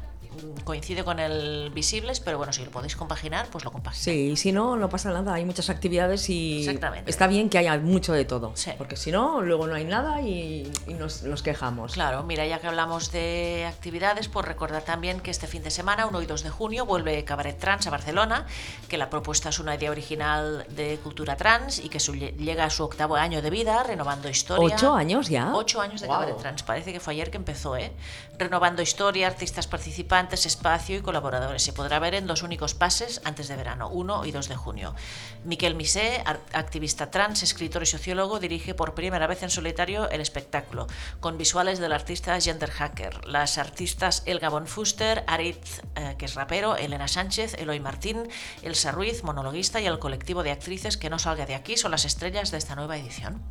Speaker 2: Coincide con el Visibles, pero bueno, si lo podéis compaginar, pues lo compagináis.
Speaker 1: Sí, y si no, no pasa nada. Hay muchas actividades y
Speaker 2: Exactamente.
Speaker 1: está bien que haya mucho de todo.
Speaker 2: Sí.
Speaker 1: Porque si no, luego no hay nada y, y nos, nos quejamos.
Speaker 2: Claro, mira, ya que hablamos de actividades, pues recordar también que este fin de semana, 1 y 2 de junio, vuelve Cabaret Trans a Barcelona, que la propuesta es una idea original de cultura trans y que su- llega a su octavo año de vida, renovando historia.
Speaker 1: ¿Ocho años ya?
Speaker 2: Ocho años de
Speaker 1: Guau.
Speaker 2: Cabaret Trans, parece que fue ayer que empezó, ¿eh? Renovando historia, artistas participantes, espacio y colaboradores. Se podrá ver en los únicos pases antes de verano, 1 y 2 de junio. Miquel Misé, ar- activista trans, escritor y sociólogo, dirige por primera vez en solitario el espectáculo, con visuales del artista Gender Hacker, las artistas Elga Bonfuster, Aritz, eh, que es rapero, Elena Sánchez, Eloy Martín, Elsa Ruiz, monologuista, y el colectivo de actrices que no salga de aquí son las estrellas de esta nueva edición.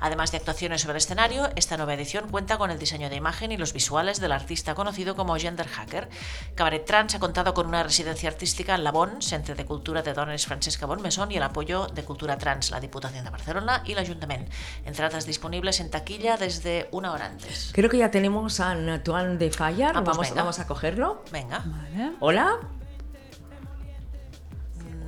Speaker 2: Además de actuaciones sobre el escenario, esta nueva edición cuenta con el diseño de imagen y los visuales del artista conocido como Gender Hacker. Cabaret Trans ha contado con una residencia artística en Labón, Centre de Cultura de Dones Francesca Bonmesón y el apoyo de Cultura Trans, la Diputación de Barcelona y el Ayuntamiento. Entradas disponibles en taquilla desde una hora antes.
Speaker 1: Creo que ya tenemos a Natuan de Fallar.
Speaker 2: Ah, pues
Speaker 1: vamos,
Speaker 2: venga.
Speaker 1: vamos a cogerlo.
Speaker 2: Venga,
Speaker 1: ¿Hola?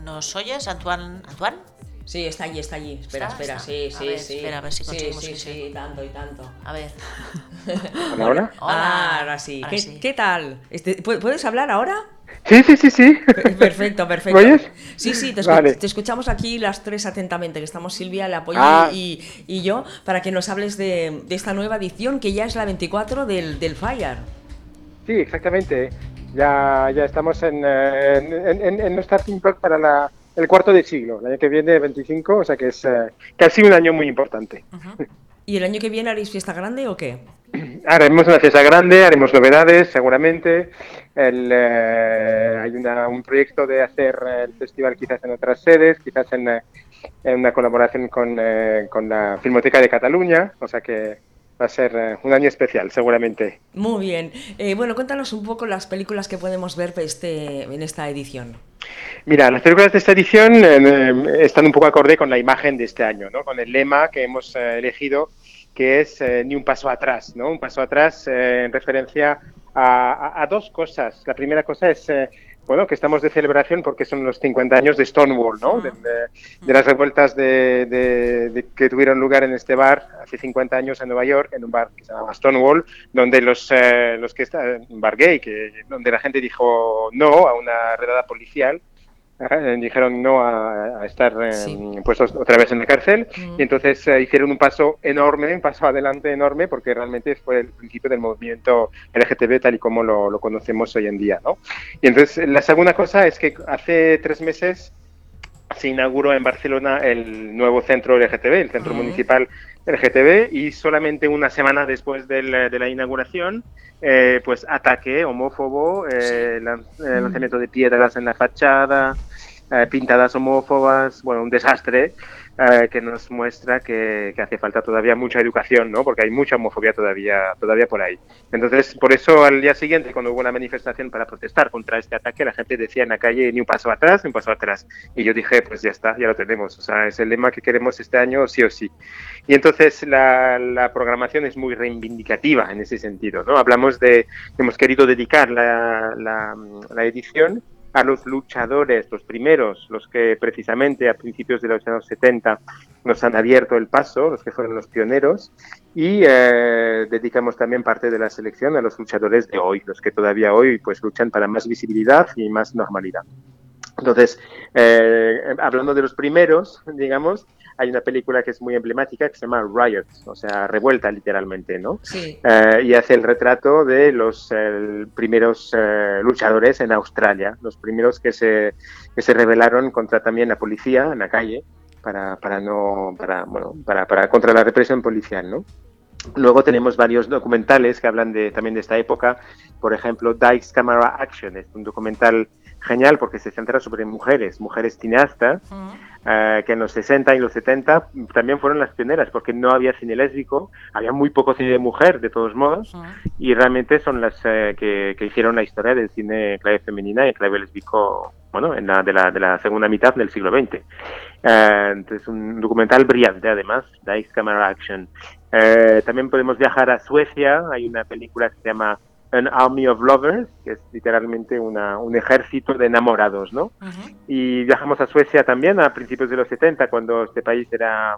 Speaker 2: ¿nos oyes, Antoine? ¿Antoine?
Speaker 1: Sí, está allí, está allí. Espera,
Speaker 2: ¿Está?
Speaker 1: espera,
Speaker 2: Está.
Speaker 1: sí,
Speaker 2: A
Speaker 1: sí,
Speaker 2: ver,
Speaker 1: sí.
Speaker 2: espera, a ver si
Speaker 1: Sí,
Speaker 2: conseguimos
Speaker 1: sí,
Speaker 2: que
Speaker 1: sí,
Speaker 2: sí.
Speaker 1: tanto y tanto.
Speaker 2: A ver.
Speaker 8: ¿Hola, hola?
Speaker 2: Hola.
Speaker 1: Ah, ahora sí.
Speaker 2: Ahora
Speaker 1: ¿Qué,
Speaker 2: sí.
Speaker 1: qué tal? Este, ¿pu- ¿Puedes hablar ahora?
Speaker 8: Sí, sí, sí, sí.
Speaker 1: Pe- Perfecto, perfecto.
Speaker 8: ¿Me oyes?
Speaker 1: Sí, sí, te, escu-
Speaker 8: Vale.
Speaker 1: te escuchamos aquí las tres atentamente, que estamos Silvia, la apoyo
Speaker 8: Ah.
Speaker 1: y, y yo, para que nos hables de, de esta nueva edición que ya es la 24 del, del Fire.
Speaker 8: Sí, exactamente. Ya, ya estamos en, eh, en, en- en nuestra Think Tank para la- el cuarto de siglo, el año que viene 25, o sea que es eh, casi un año muy importante.
Speaker 1: ¿Y el año que viene haréis fiesta grande o qué?
Speaker 8: Haremos una fiesta grande, haremos novedades seguramente. El, eh, hay una- un proyecto de hacer eh, el festival quizás en otras sedes, quizás en, eh, en una colaboración con, eh, con la Filmoteca de Cataluña, o sea que va a ser eh, un año especial seguramente.
Speaker 1: Muy bien. Eh, bueno, cuéntanos un poco las películas que podemos ver este, en esta edición.
Speaker 8: Mira, las películas de esta edición eh, están un poco acorde con la imagen de este año, ¿no? con el lema que hemos eh, elegido, que es eh, ni un paso atrás, ¿no? un paso atrás eh, en referencia a, a- a dos cosas. La primera cosa es eh, bueno, que estamos de celebración porque son los 50 años de Stonewall, ¿no? de, de- de las revueltas de- de- de que tuvieron lugar en este bar hace 50 años en Nueva York, en un bar que se llamaba Stonewall, donde los, eh, los que están, un bar gay, que, donde la gente dijo no a una redada policial. Eh, dijeron no a, a estar eh,
Speaker 1: Sí.
Speaker 8: puestos otra vez en la cárcel
Speaker 1: Mm.
Speaker 8: y entonces eh, hicieron un paso enorme, un paso adelante enorme porque realmente fue el principio del movimiento LGTB tal y como lo, lo conocemos hoy en día. ¿no? Y entonces la segunda cosa es que hace tres meses se inauguró en Barcelona el nuevo centro LGTB, el centro uh -huh. municipal LGTB, y solamente una semana después de la, de la inauguración, eh, pues ataque homófobo, eh, sí. lanzamiento de piedras en la fachada, eh, pintadas homófobas, bueno, un desastre eh, que nos muestra que, que, hace falta todavía mucha educación, ¿no? Porque hay mucha homofobia todavía, todavía por ahí. Entonces, por eso al día siguiente, cuando hubo una manifestación para protestar contra este ataque, la gente decía en la calle ni un paso atrás, ni un paso atrás. Y yo dije, pues ya está, ya lo tenemos. O sea, es el lema que queremos este año, sí o sí. Y entonces la, la programación es muy reivindicativa en ese sentido, ¿no? Hablamos de, hemos querido dedicar la, la, la edición a los luchadores, los primeros, los que precisamente a principios de los años 70 nos han abierto el paso, los que fueron los pioneros, y eh, dedicamos también parte de la selección a los luchadores de hoy, los que todavía hoy pues luchan para más visibilidad y más normalidad. Entonces, eh, hablando de los primeros, digamos, hay una película que es muy emblemática que se llama Riot, o sea, revuelta literalmente, ¿no?
Speaker 9: Sí.
Speaker 8: Eh, y hace el retrato de los eh, primeros eh, luchadores en Australia, los primeros que se, que se rebelaron contra también la policía en la calle para, para no, para, bueno, para, para contra la represión policial, ¿no? Luego tenemos varios documentales que hablan de, también de esta época, por ejemplo, Dykes Camera Action, es un documental genial porque se centra sobre mujeres, mujeres cineastas, uh -huh. eh, que en los 60 y los 70 también fueron las pioneras, porque no había cine lésbico, había muy poco cine de mujer, de todos modos, uh -huh. y realmente son las eh, que, que, hicieron la historia del cine clave femenina y clave lésbico bueno, en la, de, la, de la segunda mitad del siglo XX. Eh, entonces, un documental brillante, además, Dice Camera Action. Eh, también podemos viajar a Suecia, hay una película que se llama an army of lovers, que es literalmente una, un ejército de enamorados, ¿no? Uh -huh. Y viajamos a Suecia también a principios de los 70, cuando este país era,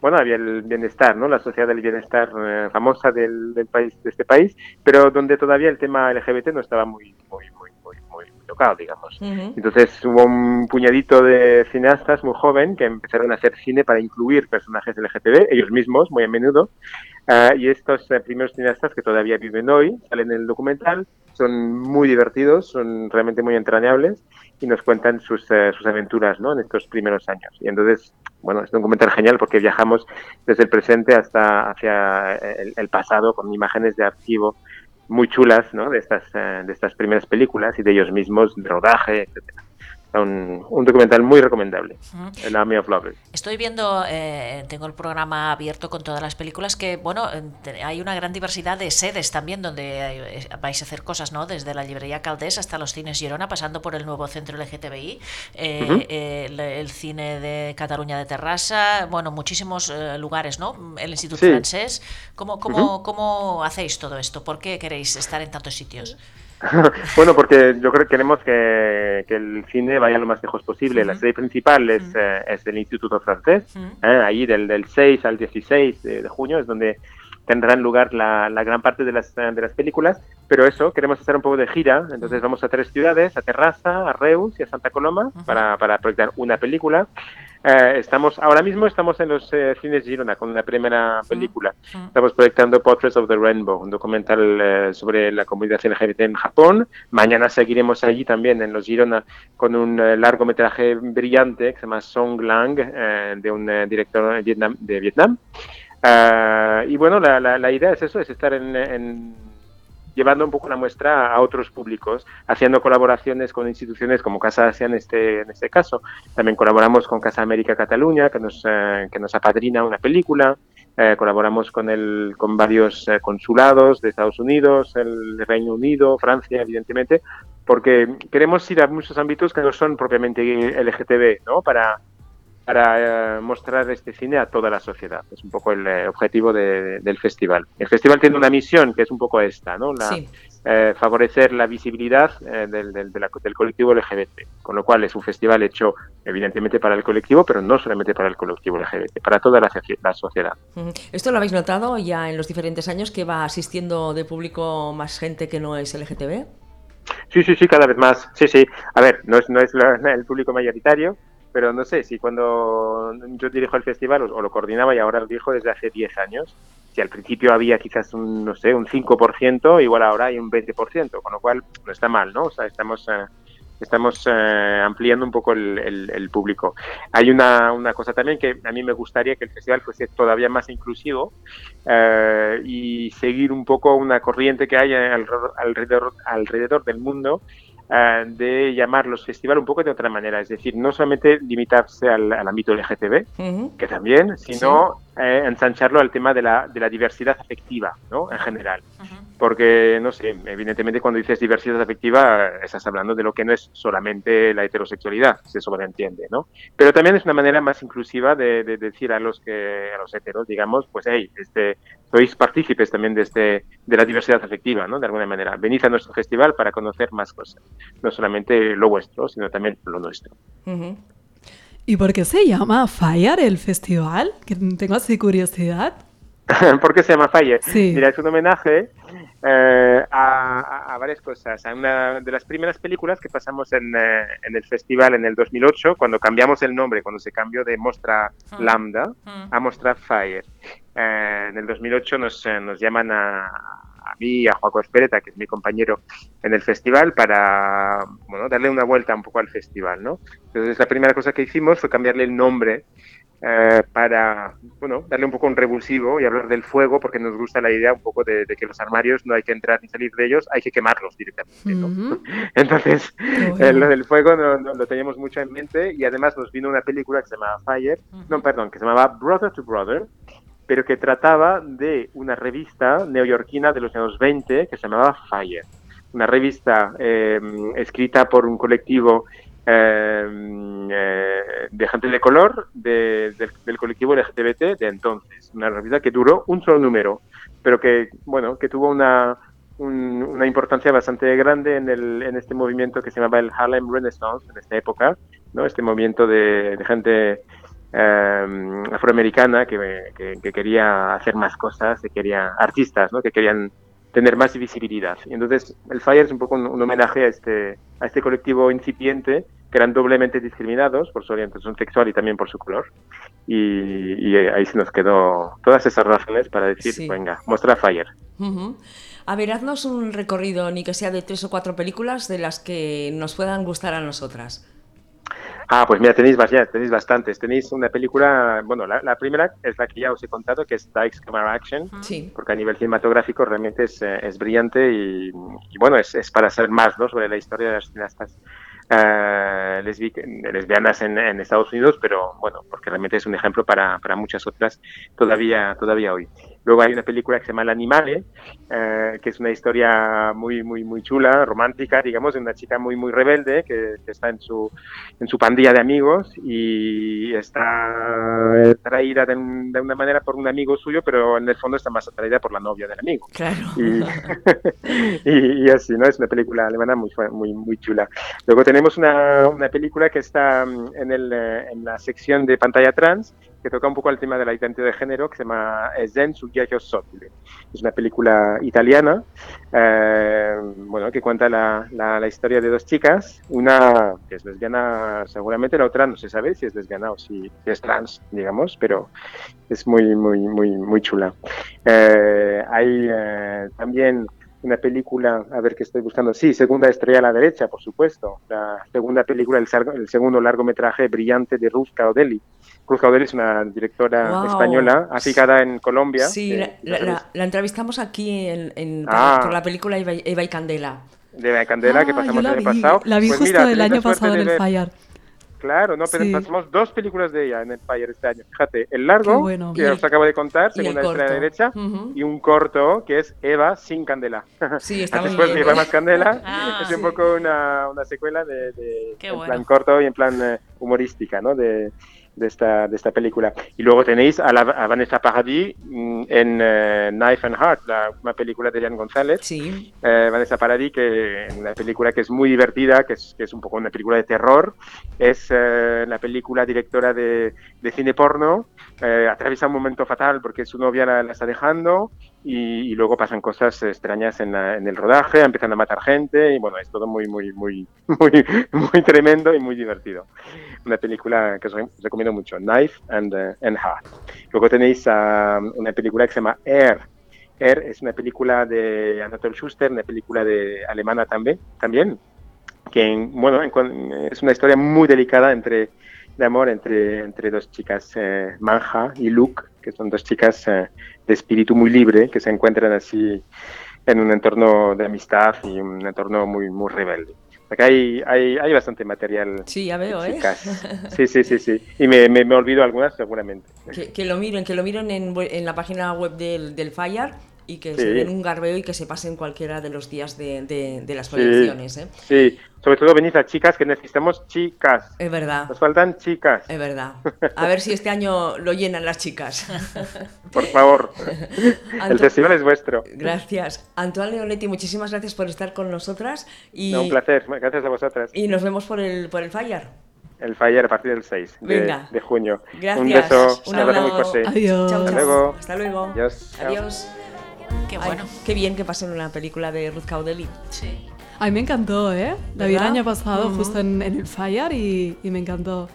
Speaker 8: bueno, había el bienestar, ¿no? La sociedad del bienestar eh, famosa del, del, país, de este país, pero donde todavía el tema LGBT no estaba muy, muy, muy, muy, muy tocado, digamos. Uh -huh. Entonces hubo un puñadito de cineastas muy joven que empezaron a hacer cine para incluir personajes LGTB, ellos mismos, muy a menudo, Uh, y estos eh, primeros cineastas que todavía viven hoy salen en el documental, son muy divertidos, son realmente muy entrañables y nos cuentan sus, eh, sus aventuras ¿no? en estos primeros años. Y entonces, bueno, es un documental genial porque viajamos desde el presente hasta hacia eh, el, el pasado con imágenes de archivo muy chulas ¿no? de, estas, eh, de estas primeras películas y de ellos mismos, de rodaje, etcétera. Un, un, documental muy recomendable, uh -huh. El Army of Lovers.
Speaker 2: Estoy viendo, eh, tengo el programa abierto con todas las películas que, bueno, hay una gran diversidad de sedes también donde hay, vais a hacer cosas, ¿no? Desde la librería Caldés hasta los cines Girona, pasando por el nuevo centro LGTBI, eh, uh -huh. eh, el, el, cine de Cataluña de Terrassa, bueno, muchísimos eh, lugares, ¿no? El Instituto sí. Francés. ¿Cómo, cómo, uh -huh. ¿Cómo hacéis todo esto? ¿Por qué queréis estar en tantos sitios?
Speaker 8: bueno, porque yo creo que queremos que, que, el cine vaya lo más lejos posible. La sede principal es, eh, es el Instituto Francés, eh, ahí del, del, 6 al 16 de, de, junio es donde tendrán lugar la, la gran parte de las, de las películas, pero eso, queremos hacer un poco de gira, entonces vamos a tres ciudades, a Terraza, a Reus y a Santa Coloma para, para proyectar una película. Eh, estamos ahora mismo estamos en los eh, cines Girona con la primera película. Uh -huh. Estamos proyectando Portraits of the Rainbow, un documental eh, sobre la comunidad LGBT en Japón. Mañana seguiremos allí también en los Girona con un eh, largometraje brillante que se llama Song Lang eh, de un director Vietnam, de Vietnam. Uh, y bueno, la, la, la, idea es eso, es estar en, en llevando un poco la muestra a otros públicos, haciendo colaboraciones con instituciones como Casa Asia en este, en este caso. También colaboramos con Casa América Cataluña, que nos, eh, que nos apadrina una película. Eh, colaboramos con, el, con varios eh, consulados de Estados Unidos, el Reino Unido, Francia, evidentemente, porque queremos ir a muchos ámbitos que no son propiamente LGTB, ¿no? Para, para eh, mostrar este cine a toda la sociedad. Es un poco el eh, objetivo de, de, del festival. El festival tiene una misión que es un poco esta, ¿no? La, sí. eh, favorecer la visibilidad eh, del, del, de la, del, colectivo LGBT, con lo cual es un festival hecho evidentemente para el colectivo, pero no solamente para el colectivo LGBT, para toda la, la sociedad.
Speaker 1: Esto lo habéis notado ya en los diferentes años que va asistiendo de público más gente que no es LGTB.
Speaker 8: Sí, sí, sí, cada vez más. Sí, sí. A ver, no es, no es la, el público mayoritario, pero no sé si cuando yo dirijo el festival o, lo coordinaba y ahora lo dirijo desde hace 10 años, si al principio había quizás un, no sé, un 5%, igual ahora hay un 20%, con lo cual no está mal, ¿no? O sea, estamos eh, estamos eh, ampliando un poco el, el- el público. Hay una, una cosa también que a mí me gustaría que el festival fuese todavía más inclusivo eh, y seguir un poco una corriente que hay alrededor, alrededor, alrededor del mundo eh, de llamar los festivales un poco de otra manera, es decir, no solamente limitarse al, al ámbito LGTB,
Speaker 1: Ujú.
Speaker 8: que también, sino eh, ensancharlo al tema de la, de la diversidad afectiva, ¿no? En general. Porque, no sé, evidentemente cuando dices diversidad afectiva, eh, estás hablando de lo que no es solamente la heterosexualidad, se sobreentiende, ¿no? Pero también es una manera más inclusiva de, de decir a los que a los heteros, digamos, pues, hey, este, sois partícipes también de, este, de la diversidad afectiva, ¿no? De alguna manera. Venid a nuestro festival para conocer más cosas, no solamente lo vuestro, sino también lo nuestro.
Speaker 1: Ujú.
Speaker 3: ¿Y por qué se llama Fire el festival? Que tengo así curiosidad.
Speaker 8: ¿Por qué se llama Fire?
Speaker 3: Sí.
Speaker 8: Mira, es un homenaje eh, a, a- a varias cosas. A una de las primeras películas que pasamos en, eh, en el festival en el 2008, cuando cambiamos el nombre, cuando se cambió de Mostra Lambda a Mostra Fire. Eh, en el 2008 nos, eh, nos llaman a, a mí, a Joaquín Espereta, que es mi compañero en el festival, para bueno, darle una vuelta un poco al festival. ¿no? Entonces, la primera cosa que hicimos fue cambiarle el nombre eh, para bueno, darle un poco un revulsivo y hablar del fuego, porque nos gusta la idea un poco de, de que los armarios no hay que entrar ni salir de ellos, hay que quemarlos directamente. ¿no?
Speaker 3: Ujú.
Speaker 8: Entonces,
Speaker 3: Mm, bueno.
Speaker 8: eh, lo del fuego no, no- lo teníamos mucho en mente y además nos vino una película que se llamaba Fire, no, perdón, que se llamaba Brother to Brother, pero que trataba de una revista neoyorquina de los años 20 que se llamaba Fire. Una revista eh, escrita por un colectivo eh, eh, de gente de color de- del, del colectivo LGBT de entonces. Una revista que duró un solo número, pero que, bueno, que tuvo una, un- una importancia bastante grande en, el, en este movimiento que se llamaba el Harlem Renaissance en esta época, ¿no? este movimiento de, de gente eh, afroamericana que, que- que quería hacer más cosas, que quería artistas, ¿no? que querían tener más visibilidad. Y entonces el Fire es un poco un, un homenaje a este, a este colectivo incipiente que eran doblemente discriminados por su orientación sexual y también por su color. Y, y ahí se nos quedó todas esas razones para decir,
Speaker 1: Sí.
Speaker 8: venga, muestra Fire.
Speaker 1: Ujú. A ver, haznos un recorrido, ni que sea de tres o cuatro películas, de las que nos puedan gustar a nosotras.
Speaker 8: Ah, pues mira, tenéis, bas- ya, tenéis bastantes. Tenéis una película, bueno, la, la primera es la que ya os he contado, que es Dykes Camera Action,
Speaker 1: Sí.
Speaker 8: porque a nivel cinematográfico realmente es, eh, es brillante y, y bueno, es, es para saber más ¿no? sobre la historia de las cineastas eh, lesbi- lesbianas en, en Estados Unidos, pero bueno, porque realmente es un ejemplo para, para muchas otras todavía, todavía hoy. Luego hay una película que se llama El Animale, eh, que es una historia muy, muy, muy chula, romántica, digamos, de una chica muy, muy rebelde que, que está en su, en su pandilla de amigos y está atraída de, un- de una manera por un amigo suyo, pero en el fondo está más atraída por la novia del amigo.
Speaker 1: Claro.
Speaker 8: Y, y- y así, ¿no? Es una película alemana muy, fa- muy, muy chula. Luego tenemos una, una película que está mm, en, el, eh, en la sección de pantalla trans, que toca un poco el tema de la identidad de género, que se llama Zen sul viaggio sottile. Es una película italiana, eh, bueno, que cuenta la, la- la historia de dos chicas, una que es lesbiana seguramente, la otra no se sabe si es lesbiana o si, si es trans, digamos, pero es muy, muy, muy, muy chula. Eh, hay eh, también una película, a ver qué estoy buscando, sí, Segunda Estrella a la derecha, por supuesto, la segunda película, el, sargo- el segundo largometraje brillante de Ruth Caudeli. Ruth Caudeli es una directora
Speaker 1: Guau.
Speaker 8: española, aficada en Colombia.
Speaker 1: Sí,
Speaker 8: eh,
Speaker 1: la, la- la- la entrevistamos aquí en, en-
Speaker 8: Ah.
Speaker 1: por la película Eva, Eva y Candela.
Speaker 8: de Candela que
Speaker 3: Ah, yo
Speaker 8: pasamos
Speaker 3: la
Speaker 8: el año
Speaker 3: vi,
Speaker 8: pasado.
Speaker 3: La vi
Speaker 8: Pues
Speaker 3: justo
Speaker 8: mira,
Speaker 3: el
Speaker 8: tenéis la
Speaker 3: año
Speaker 8: suerte
Speaker 3: pasado
Speaker 8: de
Speaker 3: en el
Speaker 8: ver-
Speaker 3: Fire.
Speaker 8: Claro, no, pero
Speaker 3: Sí.
Speaker 8: pasamos dos películas de ella en el Fire este año. Fíjate, el largo,
Speaker 3: Qué bueno.
Speaker 8: que
Speaker 1: Y el-
Speaker 8: os acabo de contar,
Speaker 1: y el
Speaker 8: segunda estrella a la
Speaker 1: corto.
Speaker 8: derecha,
Speaker 1: Ujú.
Speaker 8: y un corto que es Eva sin Candela.
Speaker 1: Sí, está muy
Speaker 8: Ah, Después de
Speaker 1: bien.
Speaker 8: Eva más Candela,
Speaker 2: Ah,
Speaker 8: es un poco una, una secuela de, de-
Speaker 2: Qué
Speaker 8: en
Speaker 2: bueno.
Speaker 8: plan corto y en plan eh, humorística, ¿no? De, de esta, de esta película. Y luego tenéis a, la, a Vanessa Paradis mm, en eh, Knife and Heart, la, una película de Jan González,
Speaker 1: Sí.
Speaker 8: eh, Vanessa Paradis, que una película que es muy divertida, que es, que es un poco una película de terror, es eh, la película directora de, de cine porno, eh, atraviesa un momento fatal porque su novia la, la está dejando y, y luego pasan cosas extrañas en, la- en el rodaje, empiezan a matar gente y bueno, es todo muy, muy, muy, muy, muy tremendo y muy divertido. Una película que os re- os recomiendo mucho, Knife and, eh, and Heart. Luego tenéis ah, una película que se llama Air, Air es una película de Anatol Schuster, una película de alemana también, también que bueno, es una historia muy delicada entre de amor entre, entre dos chicas, eh, Manja y Luke, que son dos chicas eh, de espíritu muy libre, que se encuentran así en un entorno de amistad y un entorno muy, muy rebelde. Acá hay, hay, hay bastante material.
Speaker 1: Sí, ya veo, ¿eh?
Speaker 8: Sí, sí, sí, sí. Y me, me, me olvido algunas seguramente.
Speaker 1: Que, que, lo miren, que lo miren en, en la página web del, del Fire y que sí. se den un garbeo y que se pasen cualquiera de los días de, de, de las colecciones.
Speaker 8: Sí,
Speaker 1: ¿eh?
Speaker 8: sí, sobre todo venid a chicas, que necesitamos chicas.
Speaker 1: Es verdad.
Speaker 8: Nos faltan chicas.
Speaker 1: Es verdad. A ver si este año lo llenan las chicas.
Speaker 8: Por favor. Anto... El festival es vuestro.
Speaker 1: Gracias. Antoine Leonetti, muchísimas gracias por estar con nosotras. Y...
Speaker 8: No, un placer. Gracias a vosotras.
Speaker 1: Y nos vemos por el, por el Fallar.
Speaker 8: El Fallar a partir del 6 de, de, junio.
Speaker 1: Gracias.
Speaker 8: Un beso. Un
Speaker 1: abrazo
Speaker 8: muy fuerte.
Speaker 3: Adiós.
Speaker 1: Chao,
Speaker 8: Hasta luego.
Speaker 1: Hasta luego.
Speaker 8: Adiós.
Speaker 1: Adiós.
Speaker 2: Qué bueno.
Speaker 1: Ay, qué bien que pasen una película de Ruth Caudeli.
Speaker 2: Sí.
Speaker 3: A mí me encantó, ¿eh? La vi el año pasado uh -huh. justo en, en, el Fire y, y me encantó.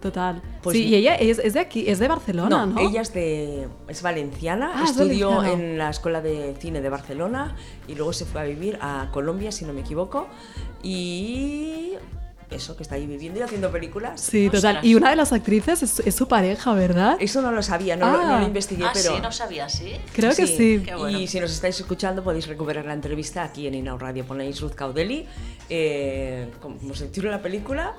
Speaker 3: Total. Pues sí, sí, y ella es, es, de aquí, es de Barcelona, ¿no?
Speaker 1: ¿no? Ella es de es valenciana,
Speaker 3: ah,
Speaker 1: estudió
Speaker 3: valenciana.
Speaker 1: en la Escuela de Cine de Barcelona y luego se fue a vivir a Colombia, si no me equivoco, y eso, que está ahí viviendo y haciendo películas.
Speaker 3: Sí, total. Y una de las actrices es, es su pareja, ¿verdad?
Speaker 1: Eso no lo sabía, no,
Speaker 3: Ah.
Speaker 1: lo, no lo investigué,
Speaker 2: Ah,
Speaker 1: pero...
Speaker 2: sí, no sabía, sí.
Speaker 3: Creo que sí.
Speaker 2: Qué bueno.
Speaker 1: Y si nos estáis escuchando podéis recuperar la entrevista aquí en Inau Radio. Ponéis Ruth Caudeli, eh, como se titula la película.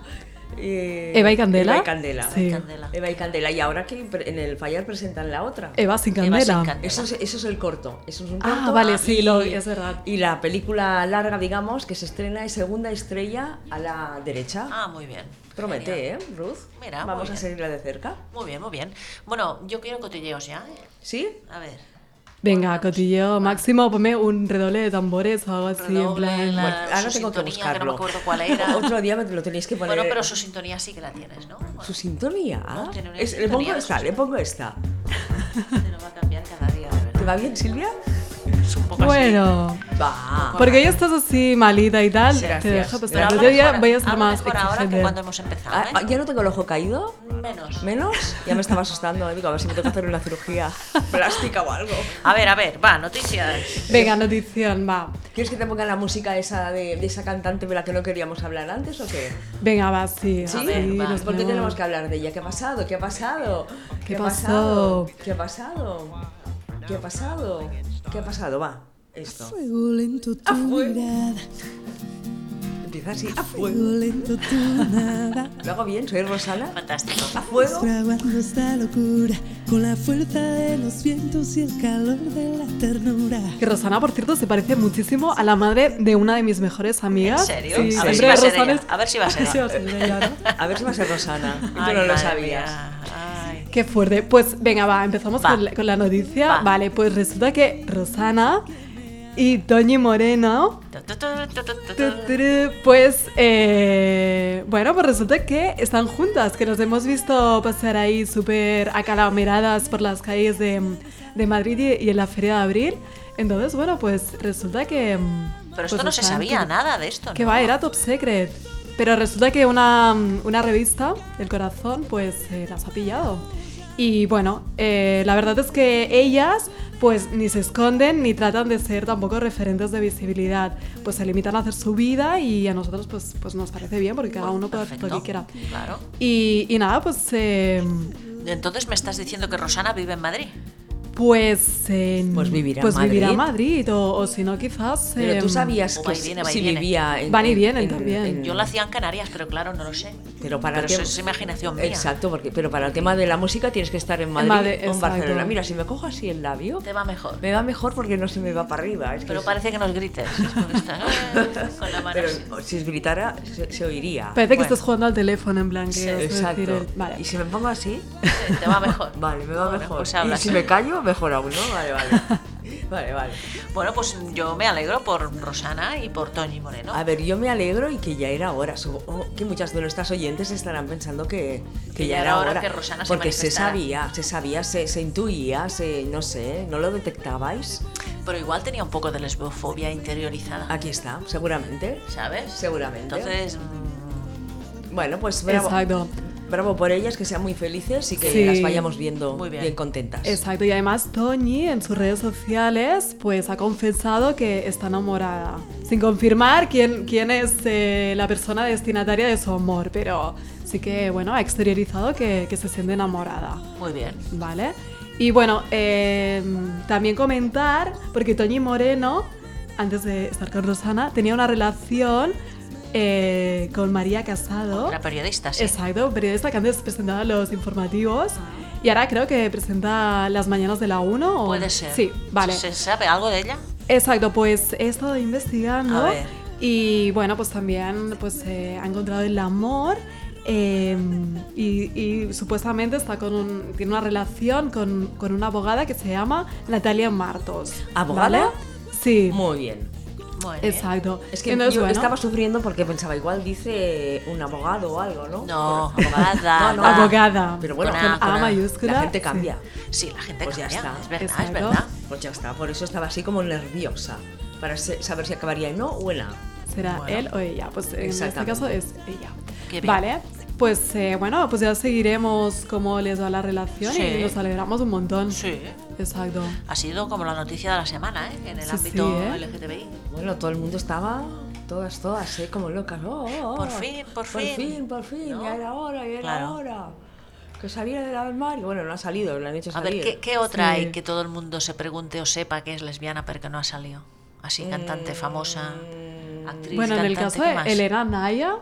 Speaker 1: Eh,
Speaker 3: Eva y Candela.
Speaker 1: Eva y Candela.
Speaker 3: Sí.
Speaker 2: Candela.
Speaker 1: Eva y Candela. Y ahora que pre- en el Fallar presentan la otra.
Speaker 3: Eva sin
Speaker 2: Eva
Speaker 3: candela.
Speaker 2: sin candela.
Speaker 1: Eso es, eso es el corto. Eso es un
Speaker 3: Ah,
Speaker 1: corto.
Speaker 3: vale, sí, lo- es verdad.
Speaker 1: Y la película larga, digamos, que se estrena es Segunda Estrella a la derecha.
Speaker 2: Ah, muy bien.
Speaker 1: Promete,
Speaker 2: Genial.
Speaker 1: ¿eh, Ruth?
Speaker 2: Mira, muy
Speaker 1: Vamos a
Speaker 2: bien.
Speaker 1: seguirla de cerca.
Speaker 2: Muy bien, muy bien. Bueno, yo quiero cotilleos ya. ¿eh?
Speaker 1: ¿Sí?
Speaker 2: A ver.
Speaker 3: Venga, cotilleo máximo, ponme un redoble de tambores o algo así, en
Speaker 2: Redoble,
Speaker 3: plan.
Speaker 2: la,
Speaker 1: Bueno, ahora
Speaker 2: su
Speaker 1: tengo que
Speaker 2: sintonía, que no
Speaker 1: buscarlo.
Speaker 2: me acuerdo cuál era.
Speaker 1: Otro día me lo tenéis que poner.
Speaker 2: Bueno, pero su sintonía sí que la tienes, ¿no? Bueno,
Speaker 1: Su sintonía.
Speaker 2: No, tiene una
Speaker 1: Es- le
Speaker 2: sintonía
Speaker 1: pongo
Speaker 2: de
Speaker 1: esta,
Speaker 2: su
Speaker 1: le pongo esta.
Speaker 2: te lo va a cambiar cada día, de
Speaker 1: ¿Te
Speaker 2: verdad.
Speaker 1: va bien, Silvia?
Speaker 2: Es un poco así.
Speaker 3: Bueno,
Speaker 1: Va.
Speaker 3: porque ya estás así malita y tal, te
Speaker 1: gracias.
Speaker 3: dejo pasar.
Speaker 2: Pero hablo
Speaker 3: Yo ya
Speaker 2: mejor-
Speaker 3: voy a estar
Speaker 2: hablo
Speaker 3: más
Speaker 2: mejor ahora que
Speaker 3: exigente.
Speaker 2: cuando hemos empezado,
Speaker 1: Ah, ah,
Speaker 2: ¿eh?
Speaker 1: ¿Ya no tengo el ojo caído?
Speaker 2: Menos.
Speaker 1: ¿Menos? Ya me estaba asustando. eh, Digo, a ver si me tengo que hacer una cirugía plástica o algo.
Speaker 2: A ver, a ver, va, noticias.
Speaker 3: Venga, notición, va.
Speaker 1: ¿Quieres que te pongan la música esa de, de esa cantante de la que no queríamos hablar antes o qué?
Speaker 3: Venga, va, sí.
Speaker 2: Sí,
Speaker 3: así
Speaker 2: ver, va.
Speaker 3: nos
Speaker 1: ¿Por qué
Speaker 3: ponemos.
Speaker 1: tenemos que hablar de ella? ¿Qué ha pasado? ¿Qué ha pasado?
Speaker 3: ¿Qué
Speaker 1: ha
Speaker 3: pasó?
Speaker 1: pasado? ¿Qué ha pasado? ¿Qué ha pasado? ¿Qué ha pasado? Va, esto.
Speaker 6: Fuego lento tu
Speaker 1: Ah, fuego.
Speaker 6: mirada,
Speaker 1: Empieza así. A fuego.
Speaker 6: fuego lento tu nada,
Speaker 1: Lo hago bien, soy Rosana.
Speaker 2: Fantástico.
Speaker 1: A fuego.
Speaker 6: fraguando esta locura, con la fuerza de los vientos y el calor de la ternura.
Speaker 3: Que Rosana, por cierto, se parece muchísimo a la madre de una de mis mejores amigas.
Speaker 2: ¿En serio?
Speaker 3: Sí,
Speaker 2: A ver si
Speaker 3: siempre
Speaker 2: va a ser
Speaker 3: Rosana
Speaker 2: ella,
Speaker 3: es-
Speaker 2: a ver si va a ser ella.
Speaker 3: Sí, va a ser ella, ¿no?
Speaker 1: A ver si va a ser Rosana. Y Tú
Speaker 2: Ay,
Speaker 1: no lo
Speaker 2: madre
Speaker 1: sabías.
Speaker 2: mía, ay.
Speaker 3: Qué fuerte. Pues venga, va, empezamos
Speaker 2: Va.
Speaker 3: Con, la, con la noticia.
Speaker 2: Va.
Speaker 3: Vale, pues resulta que Rosana y Toñi Moreno,
Speaker 2: Tu, tu, tu, tu, tu, tu,
Speaker 3: tu,
Speaker 2: tu.
Speaker 3: turu, pues, eh, bueno, pues resulta que están juntas, que nos hemos visto pasar ahí súper acalomeradas por las calles de, de Madrid y, y en la Feria de Abril. Entonces, bueno, pues resulta que... mm, pues
Speaker 2: Pero esto no se sabía
Speaker 3: nada
Speaker 2: nada de esto, ¿no?
Speaker 3: que va, era top secret. Pero resulta que una, una revista del corazón pues eh, las ha pillado. Y bueno, eh, la verdad es que ellas pues ni se esconden ni tratan de ser tampoco referentes de visibilidad. Pues se limitan a hacer su vida y a nosotros pues, pues nos parece bien porque cada uno puede hacer lo
Speaker 2: Perfecto,
Speaker 3: que quiera.
Speaker 2: Claro.
Speaker 3: Y, y nada, pues... eh,
Speaker 2: Entonces me estás diciendo que Rosana vive en Madrid.
Speaker 3: pues, eh,
Speaker 1: Pues vivirá
Speaker 3: pues vivirá
Speaker 1: Madrid.
Speaker 3: Madrid, o, o si no quizás...
Speaker 1: Pero tú
Speaker 3: em,
Speaker 1: sabías
Speaker 2: o
Speaker 1: que
Speaker 2: va y viene, va y
Speaker 1: si
Speaker 2: viene.
Speaker 1: vivía en.
Speaker 3: Van y
Speaker 1: en-
Speaker 3: vienen
Speaker 1: en-
Speaker 3: también.
Speaker 1: en-
Speaker 2: Yo lo hacía en Canarias, pero claro, no lo sé.
Speaker 1: Pero para
Speaker 2: Pero
Speaker 1: el
Speaker 2: eso
Speaker 1: tema-
Speaker 2: es imaginación mía.
Speaker 1: Exacto, porque, pero para el tema de la música tienes que estar en Madrid,
Speaker 3: Madrid,
Speaker 1: o en
Speaker 3: exacto.
Speaker 1: Barcelona. Mira, si me cojo así el labio,
Speaker 2: Te va mejor.
Speaker 1: me va mejor porque no se me va para arriba. es que
Speaker 2: Pero
Speaker 1: es-
Speaker 2: parece que nos grites. Es porque está- eh, Con la mano
Speaker 1: pero
Speaker 2: así.
Speaker 1: si os gritara, se, se oiría.
Speaker 3: Parece que
Speaker 2: Bueno.
Speaker 3: estás jugando al teléfono en blanco.
Speaker 1: Exacto.
Speaker 3: Vale.
Speaker 1: Y si me pongo así,
Speaker 2: Sí, Te va mejor.
Speaker 1: vale, me va
Speaker 2: Bueno,
Speaker 1: mejor.
Speaker 2: pues
Speaker 1: y
Speaker 2: hablas.
Speaker 1: si me callo, mejor aún, ¿no? Vale, vale. Vale, vale.
Speaker 2: Bueno, pues yo me alegro por Rosana y por Toñi Moreno.
Speaker 1: A ver, yo me alegro y que ya era hora. Supo- oh, que muchas de nuestras oyentes estarán pensando que, que ya era hora.
Speaker 2: que Rosana se
Speaker 1: porque se
Speaker 2: manifestara.
Speaker 1: sabía, se sabía, se, se intuía, se, no sé, ¿no lo detectabais?
Speaker 2: Pero igual tenía un poco de lesbofobia interiorizada,
Speaker 1: Aquí está, seguramente.
Speaker 2: ¿sabes?
Speaker 1: Ah. Seguramente.
Speaker 2: Entonces, mm,
Speaker 1: Bueno, pues bravo.
Speaker 3: Exacto.
Speaker 1: Bravo por ellas, que sean muy felices y que
Speaker 3: Sí.
Speaker 1: las vayamos viendo
Speaker 2: Muy
Speaker 1: bien.
Speaker 2: bien.
Speaker 1: contentas.
Speaker 3: Exacto, y además Toñi en sus redes sociales pues ha confesado que está enamorada, sin confirmar quién, quién es eh, la persona destinataria de su amor, pero sí que bueno, ha exteriorizado que, que se siente enamorada,
Speaker 2: Muy bien.
Speaker 3: ¿vale? Y bueno, eh, también comentar, porque Toñi Moreno, antes de estar con Rosana, tenía una relación eh, con María Casado.
Speaker 2: Otra periodista, sí.
Speaker 3: Exacto, periodista que antes presentaba los informativos y ahora creo que presenta las mañanas de la 1. ¿o?
Speaker 2: Puede ser.
Speaker 3: Sí, vale.
Speaker 2: ¿Se sabe algo de ella?
Speaker 3: Exacto, pues he estado investigando
Speaker 2: A ver.
Speaker 3: y bueno, pues también pues, eh, ha encontrado el amor eh, y, y supuestamente está con un- tiene una relación con, con una abogada que se llama Natalia Martos.
Speaker 1: ¿Abogada?
Speaker 3: Sí,
Speaker 1: Muy bien.
Speaker 2: Muy bien.
Speaker 3: exacto.
Speaker 1: Es que
Speaker 3: Entonces,
Speaker 1: yo
Speaker 3: bueno,
Speaker 1: estaba sufriendo porque pensaba, igual dice un abogado o algo, ¿no?
Speaker 2: No,
Speaker 1: Por-
Speaker 2: abogada.
Speaker 1: No, no,
Speaker 3: abogada.
Speaker 1: Pero bueno,
Speaker 2: Con
Speaker 1: con-
Speaker 2: A, con
Speaker 3: A
Speaker 2: la
Speaker 3: mayúscula.
Speaker 1: la gente
Speaker 3: sí.
Speaker 1: cambia.
Speaker 2: Sí, la gente
Speaker 1: Pues ya
Speaker 2: cambia.
Speaker 1: está.
Speaker 2: Es verdad,
Speaker 3: Exacto.
Speaker 2: es verdad.
Speaker 1: Pues ya está, por eso estaba así como nerviosa, para se- saber si acabaría en no o en A.
Speaker 3: será
Speaker 2: Bueno.
Speaker 3: él o ella. Pues en este
Speaker 1: Exactamente.
Speaker 3: caso es ella.
Speaker 2: Qué bien.
Speaker 3: Vale, pues eh, bueno, pues ya seguiremos cómo les va la relación
Speaker 2: Sí.
Speaker 3: y nos alegramos un montón.
Speaker 2: Sí.
Speaker 3: Exacto.
Speaker 2: Ha sido como la noticia de la semana, ¿eh? En el
Speaker 3: Sí,
Speaker 2: ámbito
Speaker 3: sí, ¿eh?
Speaker 2: LGTBI.
Speaker 1: Bueno, todo el mundo estaba, todas, todas, ¿eh? como locas. Oh, oh,
Speaker 2: Por
Speaker 1: oh.
Speaker 2: fin, por
Speaker 1: Por
Speaker 2: fin.
Speaker 1: fin, por fin,
Speaker 2: ¿No?
Speaker 1: ya era hora, ya era
Speaker 2: Claro.
Speaker 1: hora. Que saliera del armario. Bueno, no ha salido, lo han hecho
Speaker 2: A
Speaker 1: salir.
Speaker 2: ver, ¿qué, qué otra
Speaker 3: Sí.
Speaker 2: hay que todo el mundo se pregunte o sepa que es lesbiana pero que no ha salido? Así, cantante famosa,
Speaker 1: Eh,
Speaker 2: actriz,
Speaker 3: Bueno, en el
Speaker 2: cantante,
Speaker 3: caso
Speaker 2: ¿qué
Speaker 3: de
Speaker 2: más?
Speaker 3: Elena Naya,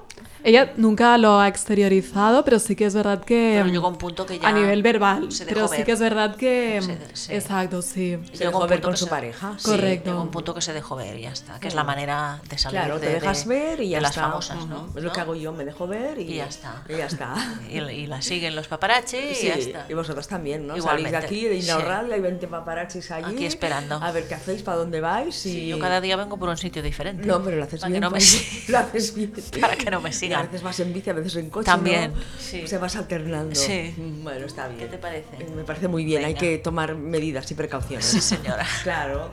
Speaker 3: ella nunca lo ha exteriorizado, pero sí que es verdad que. mm,
Speaker 2: Pero llegó un punto que ya
Speaker 3: A nivel verbal.
Speaker 2: se dejó
Speaker 3: Pero sí
Speaker 2: ver.
Speaker 3: que es verdad que. mm,
Speaker 2: Se- se-
Speaker 3: Exacto, sí.
Speaker 1: Se
Speaker 2: Llegó
Speaker 1: dejó
Speaker 2: un
Speaker 1: ver
Speaker 2: punto
Speaker 1: con
Speaker 2: que
Speaker 1: su
Speaker 2: se-
Speaker 1: pareja.
Speaker 2: sí,
Speaker 3: Correcto.
Speaker 2: llegó un punto que se dejó ver y ya está, que es la manera de salir
Speaker 1: Claro,
Speaker 2: de,
Speaker 1: te
Speaker 2: de-
Speaker 1: dejas ver y ya
Speaker 2: de las
Speaker 1: está.
Speaker 2: famosas, ¿no?
Speaker 1: Ujú. Es lo que
Speaker 2: ¿No?
Speaker 1: hago yo, me dejo ver y,
Speaker 2: Y ya está.
Speaker 1: Y ya está.
Speaker 2: Y, y la siguen los paparazzi y
Speaker 1: Sí,
Speaker 2: ya está.
Speaker 1: y vosotros también, ¿no?
Speaker 2: Igualmente,
Speaker 1: Salís de aquí, de
Speaker 2: sí.
Speaker 1: Inaurralde, hay 20 paparazzis allí.
Speaker 2: Aquí esperando.
Speaker 1: A ver qué hacéis, para dónde vais. Y...
Speaker 2: Sí, yo cada día vengo por un sitio diferente.
Speaker 1: No, pero lo haces
Speaker 2: para
Speaker 1: bien. pues.
Speaker 2: Que no me
Speaker 1: Pablo.
Speaker 2: sig-
Speaker 1: Lo haces bien.
Speaker 2: Para que no me
Speaker 1: Y a
Speaker 2: sigan.
Speaker 1: veces vas en bici, a veces en coche.
Speaker 2: También,
Speaker 1: ¿no?
Speaker 2: sí.
Speaker 1: Se vas alternando.
Speaker 2: Sí.
Speaker 1: Mm, Bueno, está bien. Eh,
Speaker 2: ¿Qué te parece?
Speaker 1: Me parece muy bien. Hay
Speaker 2: Venga.
Speaker 1: que tomar medidas y precauciones.
Speaker 2: Sí, señora.
Speaker 1: Claro.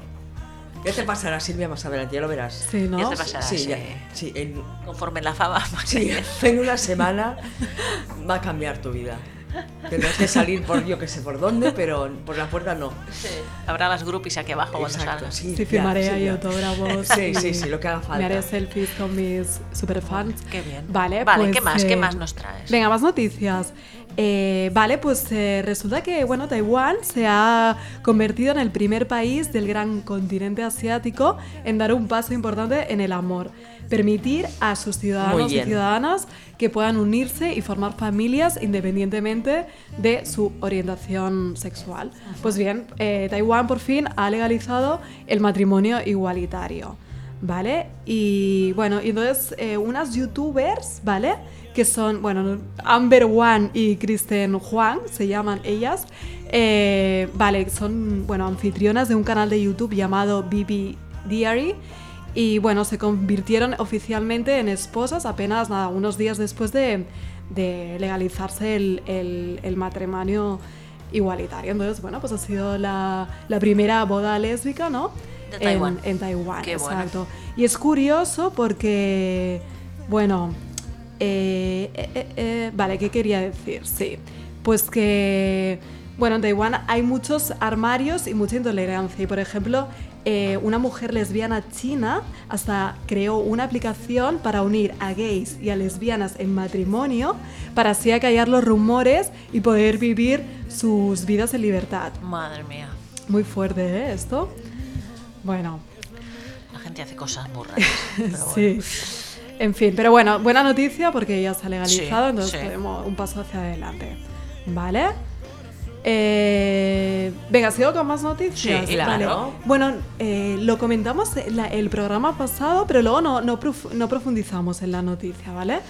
Speaker 1: Ya te pasará, Silvia, más adelante. Ya lo verás.
Speaker 3: Sí, ¿no?
Speaker 2: Ya te pasará,
Speaker 1: Sí,
Speaker 2: sí.
Speaker 1: ya- sí, en,
Speaker 2: Conforme la fama. pues,
Speaker 1: sí, en una semana va a cambiar tu vida. Tendrás que salir por yo que sé por dónde, pero por la puerta no.
Speaker 2: Habrá las groupies aquí abajo cuando salgas.
Speaker 1: sí.
Speaker 3: Sí,
Speaker 1: ya,
Speaker 3: firmaré
Speaker 1: sí,
Speaker 3: ahí
Speaker 1: ya.
Speaker 3: autógrafos.
Speaker 1: Sí,
Speaker 3: y
Speaker 1: sí, sí, lo que haga falta.
Speaker 3: Me haré selfies con mis superfans.
Speaker 2: Qué bien.
Speaker 3: Vale,
Speaker 2: Vale,
Speaker 3: pues,
Speaker 2: ¿qué más? ¿Qué
Speaker 3: eh,
Speaker 2: más nos traes?
Speaker 3: Venga, más noticias. Eh, vale, pues eh, resulta que bueno, Taiwán se ha convertido en el primer país del gran continente asiático en dar un paso importante en el amor. Permitir a sus ciudadanos y
Speaker 1: bien.
Speaker 3: ciudadanas que puedan unirse y formar familias independientemente de su orientación sexual. Pues bien, eh, Taiwán por fin ha legalizado el matrimonio igualitario. ¿Vale? Y bueno, y entonces eh, unas youtubers, ¿vale? Que son, bueno, Amber Wan y Kristen Juan, se llaman ellas. Eh, vale, son, bueno, anfitrionas de un canal de YouTube llamado BB Diary. Y bueno, se convirtieron oficialmente en esposas apenas nada, unos días después de, de legalizarse el, el- el matrimonio igualitario. Entonces, bueno, pues ha sido la, la primera boda lésbica, ¿no?
Speaker 2: De
Speaker 3: En-
Speaker 2: Taiwán.
Speaker 3: En, Taiwán,
Speaker 2: Qué bueno.
Speaker 3: exacto. Y es curioso porque, bueno, eh, eh, eh, eh, vale, ¿qué quería decir? Sí, pues que, bueno, en Taiwán hay muchos armarios y mucha intolerancia. Y por ejemplo, eh, una mujer lesbiana china hasta creó una aplicación para unir a gays y a lesbianas en matrimonio para así acallar los rumores y poder vivir sus vidas en libertad.
Speaker 2: Madre mía,
Speaker 3: Muy fuerte, ¿eh? Esto. Bueno,
Speaker 2: la gente hace cosas muy raras. pero bueno.
Speaker 3: Sí. En fin, pero bueno, buena noticia porque ya se ha legalizado,
Speaker 2: Sí,
Speaker 3: entonces
Speaker 2: sí.
Speaker 3: podemos un paso hacia adelante. ¿Vale? Eh, venga, sigo con más noticias.
Speaker 2: Sí,
Speaker 3: Vale.
Speaker 2: claro.
Speaker 3: Bueno, eh, lo comentamos en la- el programa pasado, pero luego no, no, prof- no profundizamos en la noticia, ¿vale?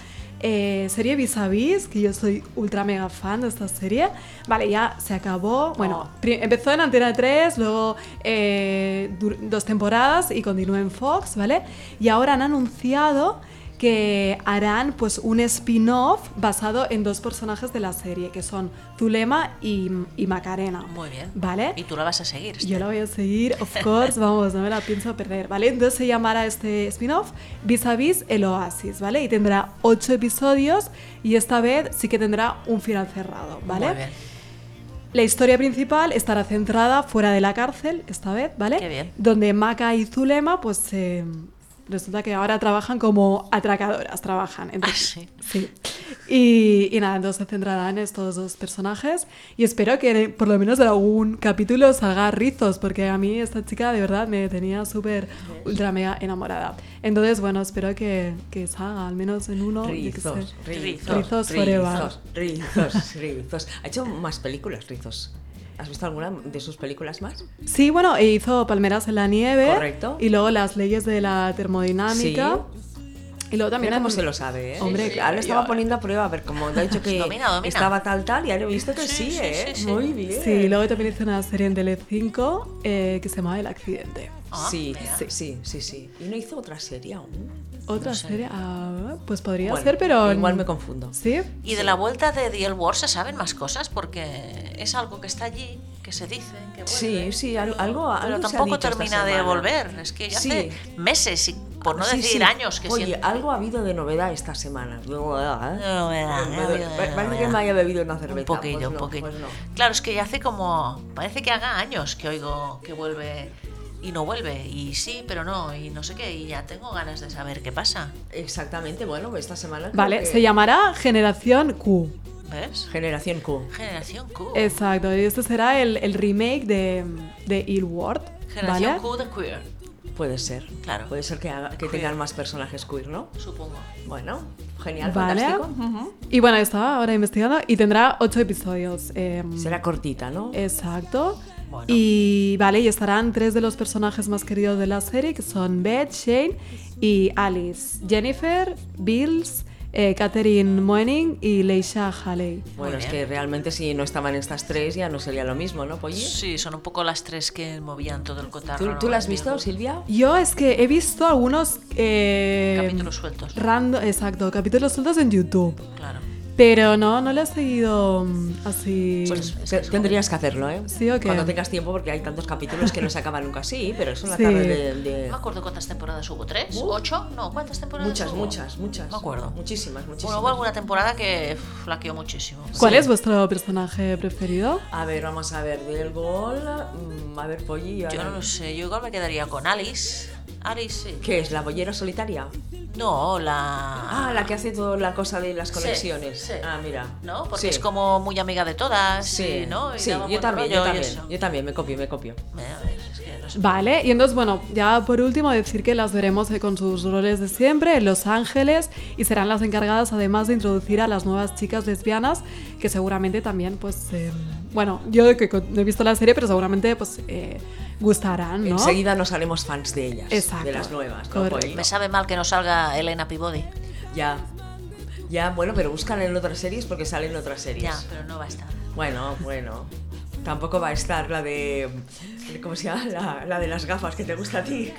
Speaker 3: Eh, serie Vis a Vis, que yo soy ultra mega fan de esta serie. Vale, ya se acabó. Bueno, pri- empezó en Antena 3, luego eh, dur- dos temporadas y continuó en Fox, ¿vale? Y ahora han anunciado que harán pues un spin-off basado en dos personajes de la serie, que son Zulema y, y Macarena.
Speaker 2: Muy bien.
Speaker 3: ¿Vale?
Speaker 2: Y tú la vas a seguir.
Speaker 3: Yo la voy a seguir, of course, vamos, no me la pienso perder, ¿vale? Entonces se llamará este spin-off Vis a Vis el Oasis, ¿vale? Y tendrá ocho episodios y esta vez sí que tendrá un final cerrado, ¿vale?
Speaker 2: Muy bien.
Speaker 3: La historia principal estará centrada fuera de la cárcel, esta vez, ¿vale?
Speaker 2: Qué bien.
Speaker 3: Donde Maca y Zulema, pues eh, resulta que ahora trabajan como atracadoras, trabajan. Entonces,
Speaker 2: Ah,
Speaker 3: sí. Y, y nada, entonces se centrarán en estos dos personajes y espero que de- por lo menos de algún capítulo os haga rizos, porque a mí esta chica de verdad me tenía súper, ultra mega enamorada. Entonces, bueno, espero que, que os haga al menos en uno. yo qué sé.
Speaker 1: Rizos, rizos,
Speaker 3: Rizos
Speaker 1: rizos,
Speaker 3: forever.
Speaker 1: rizos, rizos, rizos. Ha hecho más películas, rizos. ¿Has visto alguna de sus películas más?
Speaker 3: Sí, bueno, e hizo Palmeras en la Nieve.
Speaker 1: Correcto.
Speaker 3: Y luego las leyes de la termodinámica. Y luego también
Speaker 1: Mira cómo
Speaker 3: hemos-
Speaker 1: se lo sabe, ¿eh?
Speaker 3: Ah, Hombre,
Speaker 1: ahora estaba poniendo a prueba, a ver, como le ha dicho que
Speaker 2: Domina, domina.
Speaker 1: estaba tal, tal, y ahora he visto que sí,
Speaker 2: Sí, sí,
Speaker 1: ¿eh?
Speaker 2: sí, sí.
Speaker 1: Muy bien.
Speaker 3: Sí, luego también hizo una serie en Tele5 que se llama El Accidente.
Speaker 2: Ah,
Speaker 1: sí,
Speaker 2: mira.
Speaker 1: sí, sí, sí, sí. Y no hizo otra serie aún.
Speaker 3: Otra serie, ah, pues podría
Speaker 1: Bueno,
Speaker 3: ser, pero...
Speaker 1: Igual me confundo.
Speaker 3: ¿Sí?
Speaker 2: Y de la vuelta de The L War se saben más cosas porque es algo que está allí, que se dice, que
Speaker 1: Sí,
Speaker 2: vuelve.
Speaker 1: sí, al- algo-
Speaker 2: Pero
Speaker 1: algo se ha
Speaker 2: tampoco
Speaker 1: dicho esta
Speaker 2: termina de
Speaker 1: semana.
Speaker 2: volver, es que ya
Speaker 1: Sí.
Speaker 2: hace meses, y por no
Speaker 1: Sí,
Speaker 2: decir
Speaker 1: sí.
Speaker 2: años que
Speaker 1: Oye,
Speaker 2: siento-
Speaker 1: algo ha habido de novedad esta semana.
Speaker 2: No, me da, me da, me da, me da,
Speaker 1: Parece
Speaker 2: me
Speaker 1: que
Speaker 2: da.
Speaker 1: me haya bebido una cerveza.
Speaker 2: Un poquillo,
Speaker 1: Pues
Speaker 2: un
Speaker 1: no,
Speaker 2: poquillo.
Speaker 1: pues no.
Speaker 2: Claro, es que ya hace como. Parece que haga años que oigo que vuelve y no vuelve. Y sí, pero no, y no sé qué. Y ya tengo ganas de saber qué pasa.
Speaker 1: Exactamente, bueno, pues esta semana. creo
Speaker 3: Vale,
Speaker 1: que-
Speaker 3: se llamará Generación Q.
Speaker 2: ¿Ves?
Speaker 1: Generación Q.
Speaker 2: Generación Q.
Speaker 3: Exacto, y este será el, el remake de, de Il Ward,
Speaker 2: Generación
Speaker 3: ¿vale?
Speaker 2: Q de queer,
Speaker 1: Puede ser.
Speaker 2: Claro.
Speaker 1: Puede ser que, haga- que
Speaker 2: Queer.
Speaker 1: tengan más personajes queer, ¿no?
Speaker 2: supongo.
Speaker 1: Bueno, genial,
Speaker 3: Vale.
Speaker 1: fantástico.
Speaker 3: Y bueno, estaba ahora investigando y tendrá ocho episodios. em,
Speaker 1: Será cortita, ¿no?
Speaker 3: Eh, Exacto.
Speaker 2: Bueno.
Speaker 3: Y vale, y estarán tres de los personajes más queridos de la serie, que son Beth, Shane y Alice. Jennifer, Bills, eh, Catherine Moening y Leisha Haley.
Speaker 1: bueno,
Speaker 2: Muy
Speaker 1: es
Speaker 2: bien.
Speaker 1: que realmente si no estaban estas tres ya no sería lo mismo, ¿no, Polly?
Speaker 2: Sí, son un poco las tres que movían todo el cotarro.
Speaker 1: ¿Tú,
Speaker 2: ¿no?
Speaker 1: tú la has
Speaker 2: Del
Speaker 1: visto,
Speaker 2: grupo.
Speaker 1: Silvia?
Speaker 3: Yo es que he visto algunos eh,
Speaker 2: Capítulos sueltos.
Speaker 3: rando- exacto, capítulos sueltos en YouTube.
Speaker 2: Claro.
Speaker 1: Eh.
Speaker 3: Pero no, no le he seguido mm, así.
Speaker 1: Pues te- tendrías que hacerlo, ¿eh?
Speaker 3: Sí, ¿o qué?
Speaker 1: Cuando tengas tiempo, porque hay tantos capítulos que no se acaban nunca así, pero es una
Speaker 3: Sí.
Speaker 1: tarde de... de-
Speaker 2: No me acuerdo cuántas temporadas hubo. ¿Tres?
Speaker 1: Uh.
Speaker 2: ¿Ocho? No, ¿cuántas temporadas
Speaker 1: Muchas,
Speaker 2: hubo?
Speaker 1: muchas, muchas.
Speaker 2: Me acuerdo.
Speaker 1: Muchísimas,
Speaker 2: Bueno,
Speaker 1: muchísimas.
Speaker 2: hubo alguna temporada que uf, flaqueó muchísimo.
Speaker 3: ¿Cuál es vuestro personaje preferido?
Speaker 1: A ver, vamos a ver, del gol... mm, A ver, Polly...
Speaker 2: Yo
Speaker 1: ahora-
Speaker 2: no lo sé, yo igual me quedaría con Alice. Alice, sí.
Speaker 1: ¿Qué es, la bollera solitaria?
Speaker 2: No, la.
Speaker 1: Ah, la que hace toda la cosa de las
Speaker 2: Sí,
Speaker 1: conexiones.
Speaker 2: sí.
Speaker 1: Ah, mira.
Speaker 2: ¿No? Porque
Speaker 1: Sí.
Speaker 2: es como muy amiga de todas.
Speaker 1: Sí,
Speaker 2: y, ¿no? Y
Speaker 1: sí,
Speaker 2: daba
Speaker 1: yo
Speaker 2: buen
Speaker 1: también, yo
Speaker 2: rollo y
Speaker 1: también,
Speaker 2: eso.
Speaker 1: yo también, me copio, me copio.
Speaker 2: A ver, es que no sé.
Speaker 3: Vale, y entonces, bueno, ya por último decir que las veremos eh, con sus roles de siempre en Los Ángeles y serán las encargadas además de introducir a las nuevas chicas lesbianas que seguramente también, pues, eh, bueno, yo que con- no he visto la serie, pero seguramente, pues, eh, gustarán, ¿no?
Speaker 1: Enseguida nos haremos fans de ellas,
Speaker 3: Exacto.
Speaker 1: de las nuevas. ¿no,
Speaker 3: Correcto.
Speaker 1: Polly?
Speaker 2: Me sabe mal que no salga Elena Peabody.
Speaker 1: Ya, ya, bueno, pero buscan en otras series porque salen otras series.
Speaker 2: Ya, pero no va a estar.
Speaker 1: Bueno, bueno. Tampoco va a estar la de. ¿Cómo se llama? La, la de las gafas que te gusta a ti.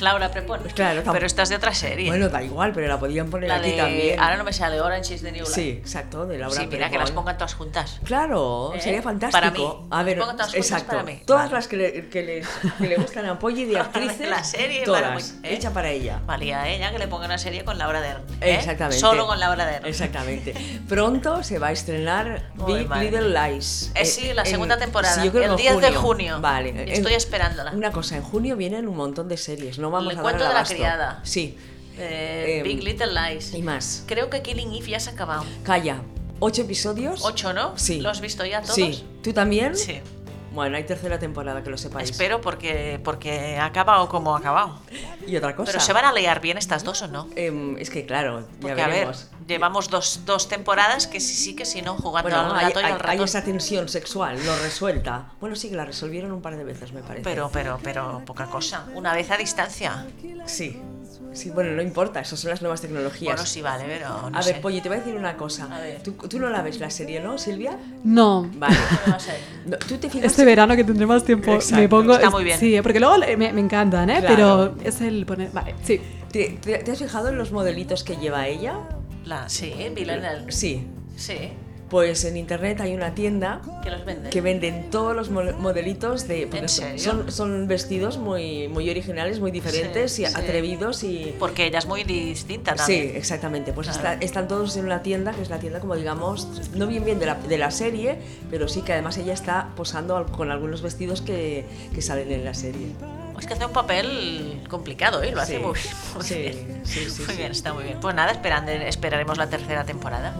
Speaker 2: Laura Prepon.
Speaker 1: Claro, tam-
Speaker 2: pero esta es de otra serie.
Speaker 1: Bueno, da igual, pero la podían poner
Speaker 2: la
Speaker 1: aquí
Speaker 2: de,
Speaker 1: también.
Speaker 2: Ahora no me sale Orange is the New Black.
Speaker 1: Sí, exacto, de Laura
Speaker 2: Sí, mira que las
Speaker 1: Perejón.
Speaker 2: pongan todas juntas.
Speaker 1: Claro,
Speaker 2: ¿Eh?
Speaker 1: sería fantástico.
Speaker 2: Para mí.
Speaker 1: A ver,
Speaker 2: Pongo todas juntas
Speaker 1: exacto.
Speaker 2: para mí.
Speaker 1: Todas las que le, que les- que le gustan a Polly de actrices.
Speaker 2: La serie
Speaker 1: todas,
Speaker 2: para mí, ¿eh?
Speaker 1: hecha para ella.
Speaker 2: Valía ella que le ponga una serie con Laura Dern. ¿eh?
Speaker 1: Exactamente.
Speaker 2: Solo con Laura Dern.
Speaker 1: Exactamente. Pronto se va a estrenar
Speaker 2: Ay,
Speaker 1: Big
Speaker 2: madre
Speaker 1: Little
Speaker 2: mía.
Speaker 1: Lies.
Speaker 2: Eh, sí, la segunda temporada,
Speaker 1: yo creo
Speaker 2: el
Speaker 1: que en
Speaker 2: 10 de junio.
Speaker 1: Vale. eh,
Speaker 2: Estoy esperándola.
Speaker 1: Una cosa, en junio vienen un montón de series. No vamos
Speaker 2: El
Speaker 1: a dar
Speaker 2: cuento
Speaker 1: el
Speaker 2: de la
Speaker 1: abasto.
Speaker 2: criada.
Speaker 1: Sí.
Speaker 2: Eh,
Speaker 1: Em,
Speaker 2: Big Little Lies.
Speaker 1: Y más.
Speaker 2: Creo que Killing Eve ya se ha acabado.
Speaker 1: Calla. ¿Ocho episodios?
Speaker 2: Ocho, ¿no?
Speaker 1: Sí.
Speaker 2: ¿Lo has visto ya todos?
Speaker 1: Sí. ¿Tú también?
Speaker 2: Sí.
Speaker 1: Bueno, hay tercera temporada, que lo sepáis.
Speaker 2: Espero porque, porque ha acabado como ha acabado.
Speaker 1: Y otra cosa.
Speaker 2: Pero se van a leer bien estas dos o no?
Speaker 1: em, es que claro, ya
Speaker 2: Porque a ver,
Speaker 1: veremos.
Speaker 2: llevamos dos, dos temporadas que sí, sí, que sí, no, jugando
Speaker 1: Bueno,
Speaker 2: al
Speaker 1: hay,
Speaker 2: gato y
Speaker 1: hay-
Speaker 2: al
Speaker 1: hay
Speaker 2: ratón.
Speaker 1: esa tensión sexual no resuelta. Bueno, sí que la resolvieron un par de veces, me parece.
Speaker 2: Pero, pero, pero, poca cosa. Una vez a distancia.
Speaker 1: Sí. Sí, bueno, no importa, esas son las nuevas tecnologías.
Speaker 2: Bueno, sí, vale, pero no
Speaker 1: a
Speaker 2: sé.
Speaker 1: ver, pues Polly, te voy a decir una
Speaker 2: A
Speaker 1: cosa.
Speaker 2: ver.
Speaker 1: Tú, tú no la ves la serie, ¿no, Silvia?
Speaker 3: No.
Speaker 1: Vale.
Speaker 2: ¿Qué vas a hacer?
Speaker 1: No, tú te fijas.
Speaker 3: Este verano que tendré más tiempo
Speaker 1: Exacto.
Speaker 3: me pongo...
Speaker 2: Está muy bien.
Speaker 3: Sí, porque luego eh, me, me encantan, ¿eh?
Speaker 1: Claro.
Speaker 3: Pero es el poner... Vale, sí.
Speaker 1: ¿Te, te, te has fijado en los modelitos que lleva ella?
Speaker 2: La, sí, Vila en el-
Speaker 1: Sí.
Speaker 2: Sí,
Speaker 1: Pues en internet hay una tienda
Speaker 2: que los venden.
Speaker 1: que venden todos los mo- modelitos de porque
Speaker 2: ¿En serio?
Speaker 1: son son vestidos muy muy originales, muy diferentes
Speaker 2: Sí,
Speaker 1: y
Speaker 2: sí.
Speaker 1: atrevidos y
Speaker 2: Porque ella es muy distinta
Speaker 1: Sí,
Speaker 2: también.
Speaker 1: exactamente. Pues
Speaker 2: Claro.
Speaker 1: está- están todos en una tienda, que es la tienda como digamos, no bien bien de la, de la serie, pero sí que además ella está posando al- con algunos vestidos que, que salen en la serie.
Speaker 2: Es que hace un papel complicado, ¿eh? Lo hace
Speaker 1: Sí,
Speaker 2: muy, muy
Speaker 1: sí,
Speaker 2: bien.
Speaker 1: sí, sí,
Speaker 2: muy
Speaker 1: sí.
Speaker 2: bien, está muy bien. Pues nada, esperando, esperaremos la tercera temporada.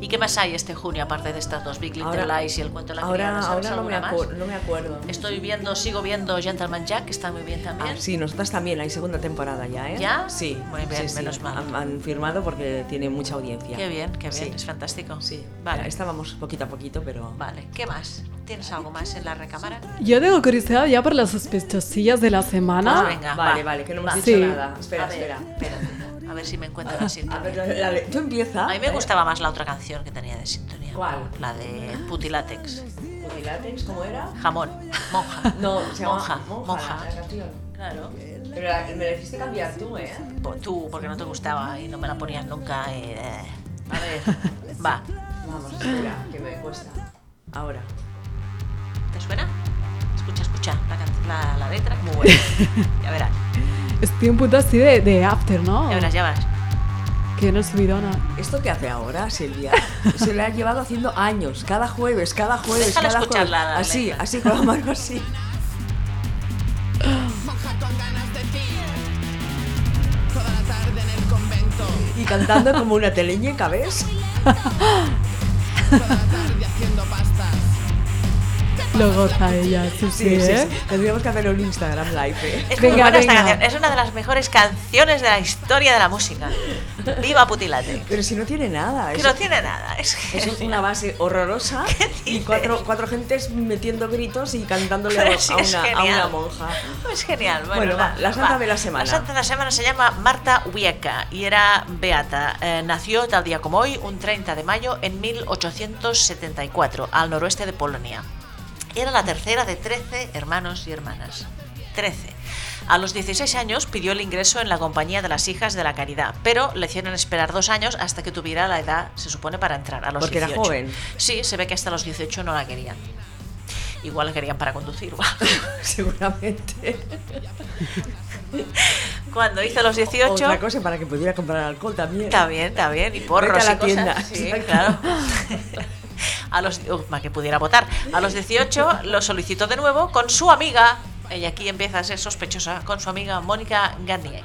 Speaker 2: ¿Y qué más hay este junio, aparte de estas dos, Big Little
Speaker 1: Ahora-
Speaker 2: Lies y El Cuento de la
Speaker 1: Ahora,
Speaker 2: Criada? ¿Sabes
Speaker 1: ahora no, me
Speaker 2: alguna
Speaker 1: acu-
Speaker 2: más?
Speaker 1: no me acuerdo.
Speaker 2: Estoy viendo, sigo viendo Gentleman Jack, que está muy bien
Speaker 1: Ah,
Speaker 2: también.
Speaker 1: sí, nosotras también, hay segunda temporada ya, ¿eh?
Speaker 2: ¿Ya?
Speaker 1: Sí.
Speaker 2: Muy bien,
Speaker 1: sí, sí.
Speaker 2: menos mal.
Speaker 1: Han, han firmado porque tiene mucha audiencia.
Speaker 2: Qué bien, qué bien,
Speaker 1: Sí.
Speaker 2: es fantástico.
Speaker 1: Sí,
Speaker 2: vale.
Speaker 1: estábamos poquito a poquito, pero...
Speaker 2: Vale, ¿qué más? ¿Tienes algo más en la recámara?
Speaker 3: Yo tengo curiosidad ya por las sospechosillas de la semana.
Speaker 2: Pues venga,
Speaker 1: Ah, vale,
Speaker 2: va.
Speaker 1: vale, que no hemos
Speaker 2: Va.
Speaker 1: dicho
Speaker 3: Sí.
Speaker 1: nada. Espera,
Speaker 2: a ver,
Speaker 1: espera.
Speaker 2: espérate, a ver si me encuentro la
Speaker 1: A ver,
Speaker 2: sintonía.
Speaker 1: la- la de- tú empieza.
Speaker 2: A mí me gustaba más la otra canción que tenía de sintonía.
Speaker 1: ¿Cuál?
Speaker 2: La de Putilátex.
Speaker 1: Putilátex, ¿cómo era?
Speaker 2: Jamón. Monja.
Speaker 1: No, se llama
Speaker 2: monja.
Speaker 1: monja. la canción.
Speaker 2: Claro.
Speaker 1: Pero la- me la hiciste cambiar tú, ¿eh?
Speaker 2: Po- Tú, porque no te gustaba y no me la ponías nunca. y, eh. A ver. Va.
Speaker 1: Vamos, espera, que me cuesta. Ahora.
Speaker 2: ¿Te suena? Escucha, escucha. La, can- la, la letra, muy buena. Ya verás.
Speaker 3: Estoy un punto así de, de after, ¿no?
Speaker 2: Ya verás, ya verás.
Speaker 3: Que no es subidona.
Speaker 1: ¿Esto qué hace ahora, Silvia? Se la ha llevado haciendo años, cada jueves, cada jueves,
Speaker 2: Déjala
Speaker 1: cada jueves.
Speaker 2: escucharla, dale.
Speaker 1: así, así con la mano así. Y cantando como una teleñeca, ¿ves?
Speaker 3: Lo goza ella, sí, sí,
Speaker 1: Sí, sí,
Speaker 3: ¿eh?
Speaker 1: sí. Tendríamos que hacer un Instagram live, ¿eh?
Speaker 2: Es muy
Speaker 3: Venga,
Speaker 2: buena esta
Speaker 3: venga.
Speaker 2: canción. Es una de las mejores canciones de la historia de la música. Viva Putilátex.
Speaker 1: Pero si no tiene nada.
Speaker 2: Que
Speaker 1: es-
Speaker 2: no tiene nada. Es que.
Speaker 1: Es una base horrorosa y cuatro, cuatro gentes metiendo gritos y cantándole
Speaker 2: Pero
Speaker 1: a,
Speaker 2: sí,
Speaker 1: a
Speaker 2: es
Speaker 1: una, a
Speaker 2: genial.
Speaker 1: una monja.
Speaker 2: Oh, Es genial. Bueno,
Speaker 1: Bueno, va,
Speaker 2: nada,
Speaker 1: la santa de la semana.
Speaker 2: La santa de la semana se llama Marta Huieca y era beata. Eh, nació tal día como hoy, un 30 de mayo, en 1874, al noroeste de Polonia. Era la tercera de 13 hermanos y hermanas. 13. A los 16 años pidió el ingreso en la compañía de las hijas de la caridad, pero le hicieron esperar dos años hasta que tuviera la edad, se supone, para entrar a los
Speaker 1: Porque era
Speaker 2: 18.
Speaker 1: joven.
Speaker 2: Sí, se ve que hasta los 18 no la querían. Igual la querían para conducir. o algo.
Speaker 1: Seguramente.
Speaker 2: Cuando hizo los 18.
Speaker 1: Otra cosa para que pudiera comprar alcohol también.
Speaker 2: Está bien, está bien. Y porros
Speaker 1: Vete a la
Speaker 2: y cosas.
Speaker 1: tienda.
Speaker 2: Sí,
Speaker 1: Exacto.
Speaker 2: claro. A los, uf, más que pudiera votar. A los 18 lo solicitó de nuevo con su amiga. Y aquí empieza a ser sospechosa con su amiga Mónica Garnier.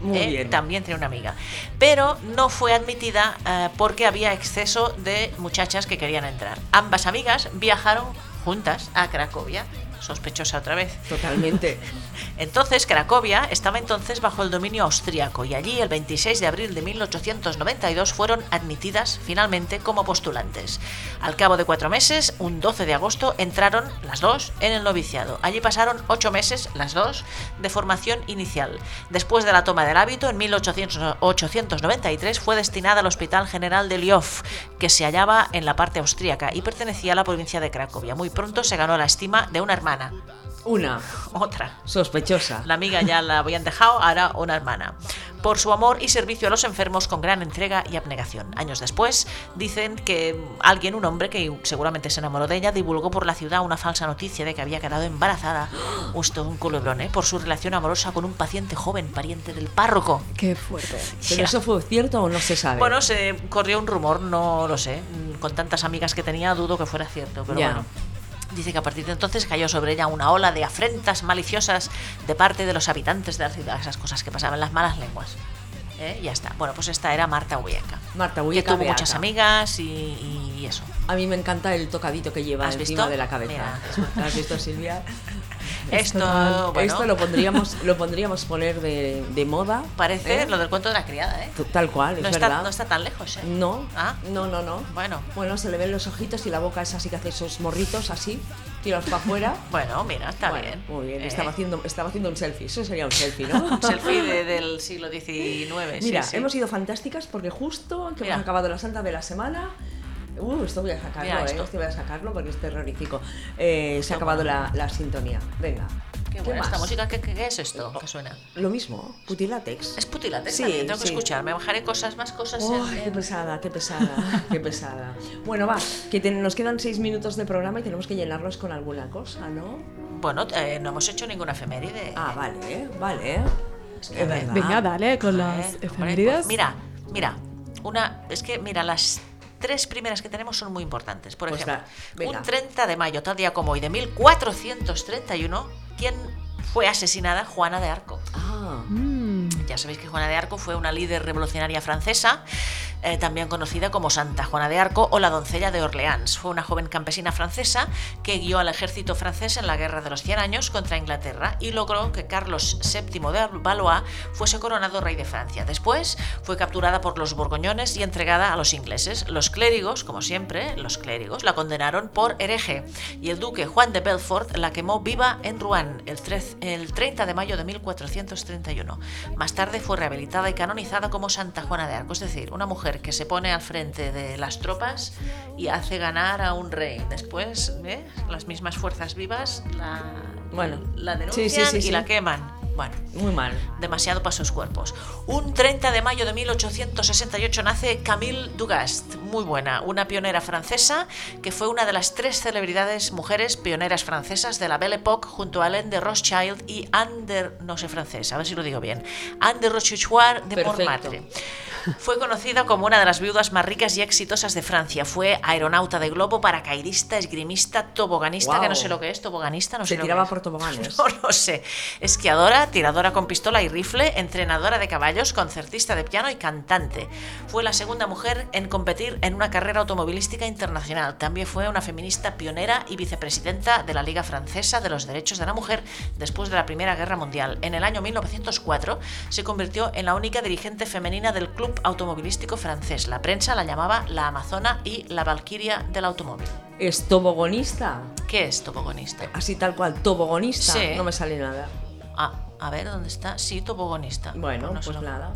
Speaker 1: Muy bien.
Speaker 2: También tiene una amiga. Pero no fue admitida eh, porque había exceso de muchachas que querían entrar. Ambas amigas viajaron juntas a Cracovia. Sospechosa otra vez.
Speaker 1: Totalmente.
Speaker 2: Entonces, Cracovia estaba entonces bajo el dominio austriaco y allí, el 26 de abril de 1892, fueron admitidas finalmente como postulantes. Al cabo de cuatro meses, un 12 de agosto, entraron las dos en el noviciado. Allí pasaron ocho meses, las dos, de formación inicial. Después de la toma del hábito, en 1893, fue destinada al Hospital General de Liof, que se hallaba en la parte austríaca y pertenecía a la provincia de Cracovia. Muy pronto se ganó la estima de una hermana,
Speaker 1: Una,
Speaker 2: otra.
Speaker 1: sospechosa.
Speaker 2: La amiga ya la habían dejado, ahora una hermana. Por su amor y servicio a los enfermos con gran entrega y abnegación. Años después, dicen que alguien, un hombre que seguramente se enamoró de ella, divulgó por la ciudad una falsa noticia de que había quedado embarazada, justo un culebrón, ¿eh? por su relación amorosa con un paciente joven, pariente del párroco.
Speaker 3: Qué fuerte.
Speaker 1: ¿Pero eso fue cierto o no se sabe?
Speaker 2: Bueno, se corrió un rumor, no lo sé. Mm, Con tantas amigas que tenía, dudo que fuera cierto, pero
Speaker 1: Ya.
Speaker 2: bueno. Dice que a partir de entonces cayó sobre ella una ola de afrentas maliciosas de parte de los habitantes de la ciudad, esas cosas que pasaban las malas lenguas. ¿Eh? Ya está. Bueno, pues esta era Marta Hueca.
Speaker 1: Marta
Speaker 2: Que
Speaker 1: Huica,
Speaker 2: tuvo
Speaker 1: Beata.
Speaker 2: muchas amigas y, y eso.
Speaker 1: A mí me encanta el tocadito que lleva
Speaker 2: ¿Has
Speaker 1: encima
Speaker 2: visto?
Speaker 1: de la cabeza.
Speaker 2: Mira, es verdad.
Speaker 1: ¿Has visto, Silvia?
Speaker 2: Esto, bueno,
Speaker 1: Esto lo pondríamos, lo pondríamos poner de, de moda.
Speaker 2: parece
Speaker 1: ¿eh?
Speaker 2: lo del cuento de la criada, ¿eh?
Speaker 1: T- Tal cual, es
Speaker 2: No está,
Speaker 1: verdad.
Speaker 2: no está tan lejos, ¿eh?
Speaker 1: No,
Speaker 2: Ah.
Speaker 1: no, no, no.
Speaker 2: Bueno,
Speaker 1: Bueno, se le ven los ojitos y la boca es así que hace esos morritos así, tirados para afuera.
Speaker 2: bueno, mira, está
Speaker 1: Bueno,
Speaker 2: bien.
Speaker 1: Muy bien,
Speaker 2: ¿Eh?
Speaker 1: estaba, haciendo, estaba haciendo un selfie. Eso sería un selfie, ¿no?
Speaker 2: Un selfie de- del siglo XIX. sí,
Speaker 1: Mira,
Speaker 2: sí.
Speaker 1: hemos sido fantásticas porque justo que
Speaker 2: Mira.
Speaker 1: hemos acabado la santa de la semana. Uh, esto voy a sacarlo,
Speaker 2: Mira
Speaker 1: eh,
Speaker 2: esto.
Speaker 1: esto voy a sacarlo porque es terrorífico. Eh, se ha acabado la, la sintonía. Venga.
Speaker 2: Qué buena
Speaker 1: más?
Speaker 2: esta música. ¿Qué, qué- qué es esto que suena?
Speaker 1: Lo mismo, putilátex.
Speaker 2: Es putilate.
Speaker 1: Sí,
Speaker 2: también, tengo que
Speaker 1: sí.
Speaker 2: escuchar. Me bajaré cosas, más cosas. en-
Speaker 1: Ay, qué
Speaker 2: en-
Speaker 1: pesada, qué pesada, qué pesada. Bueno, va, que te- nos quedan seis minutos de programa y tenemos que llenarlos con alguna cosa, ¿no?
Speaker 2: Bueno, eh, no hemos hecho ninguna efeméride.
Speaker 1: Ah, vale, vale. Es verdad.
Speaker 3: Venga, dale con las
Speaker 2: Eh, hombre,
Speaker 3: efemérides.
Speaker 2: pues mira, mira, una, es que mira, las tres primeras que tenemos son muy importantes. Por
Speaker 1: Pues
Speaker 2: ejemplo,
Speaker 1: da, venga.
Speaker 2: un 30 de mayo, tal día como hoy, de 1431, ¿quién fue asesinada? Juana de Arco.
Speaker 1: Ah,
Speaker 3: Mm,
Speaker 2: Ya sabéis que Juana de Arco fue una líder revolucionaria francesa, eh, también conocida como Santa Juana de Arco o la doncella de Orleans. Fue una joven campesina francesa que guió al ejército francés en la Guerra de los 100 Años contra Inglaterra y logró que Carlos VII de Valois fuese coronado rey de Francia. Después fue capturada por los borgoñones y entregada a los ingleses. Los clérigos, como siempre, los clérigos, la condenaron por hereje y el duque Juan de Belfort la quemó viva en Rouen el, trez- el 30 de mayo de 1431. Más tarde fue rehabilitada y canonizada como Santa Juana de Arco, es decir, una mujer que se pone al frente de las tropas y hace ganar a un rey. Después, ¿eh? las mismas fuerzas vivas la,
Speaker 1: Bueno,
Speaker 2: la
Speaker 1: sí,
Speaker 2: denuncian
Speaker 1: sí, sí,
Speaker 2: y
Speaker 1: sí.
Speaker 2: la queman. Bueno,
Speaker 1: muy mal.
Speaker 2: demasiado para sus cuerpos. Un 30 de mayo de 1868 nace Camille Dugast, muy buena, una pionera francesa que fue una de las tres celebridades mujeres pioneras francesas de la Belle Époque junto a Hélène de Rothschild y Anne de, no sé francés, a ver si lo digo bien, Anne de Rochechouart de
Speaker 1: Perfecto.
Speaker 2: Montmartre. Fue conocida como una de las viudas más ricas y exitosas de Francia. Fue aeronauta de globo, paracaidista, esgrimista, toboganista, que
Speaker 1: Guau.
Speaker 2: no sé lo que es, toboganista, no
Speaker 1: Se
Speaker 2: sé lo que
Speaker 1: tiraba
Speaker 2: es.
Speaker 1: por toboganes.
Speaker 2: No lo sé. Esquiadora, tiradora con pistola y rifle, entrenadora de caballos, concertista de piano y cantante. Fue la segunda mujer en competir en una carrera automovilística internacional. También fue una feminista pionera y vicepresidenta de la Liga Francesa de los Derechos de la Mujer después de la Primera Guerra Mundial. En el año 1904 se convirtió en la única dirigente femenina del club automovilístico francés. La prensa la llamaba la Amazona y la Valquiria del Automóvil.
Speaker 1: ¿Es tobogonista?
Speaker 2: ¿Qué es tobogonista?
Speaker 1: Así tal cual, tobogonista.
Speaker 2: Sí.
Speaker 1: No me sale nada.
Speaker 2: Ah, a ver, ¿dónde está? Sí, tobogonista.
Speaker 1: Bueno,
Speaker 2: no sé
Speaker 1: pues
Speaker 2: lo-
Speaker 1: nada.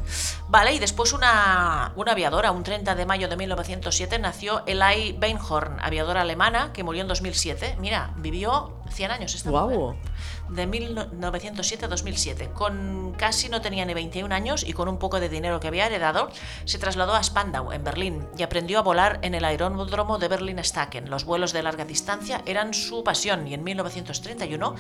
Speaker 2: Vale, y después una, una aviadora, un 30 de mayo de 1907, nació Eli Beinhorn, aviadora alemana, que murió en 2007. Mira, vivió 100 años esta
Speaker 1: Guau.
Speaker 2: mujer. De 1907 a 2007. Con casi no tenía ni 21 años y con un poco de dinero que había heredado, se trasladó a Spandau, en Berlín, y aprendió a volar en el aeródromo de Berlín-Staken. Los vuelos de larga distancia eran su pasión y en 1931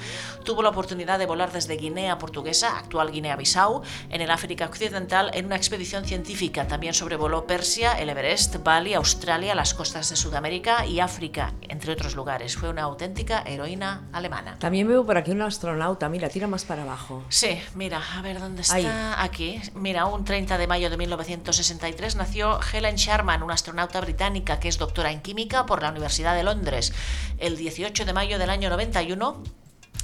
Speaker 2: tuvo la oportunidad de volar desde Guinea portuguesa, actual Guinea-Bissau, en el África Occidental en una expedición científica. También sobrevoló Persia, el Everest, Bali, Australia, las costas de Sudamérica y África, entre otros lugares. Fue una auténtica heroína alemana.
Speaker 1: También veo por aquí un astronauta. Mira, tira más para abajo.
Speaker 2: Sí, mira, a ver dónde está.
Speaker 1: Ahí.
Speaker 2: Aquí. Mira, un 30 de mayo de 1963 nació Helen Sharman, una astronauta británica que es doctora en química por la Universidad de Londres. El 18 de mayo del año 91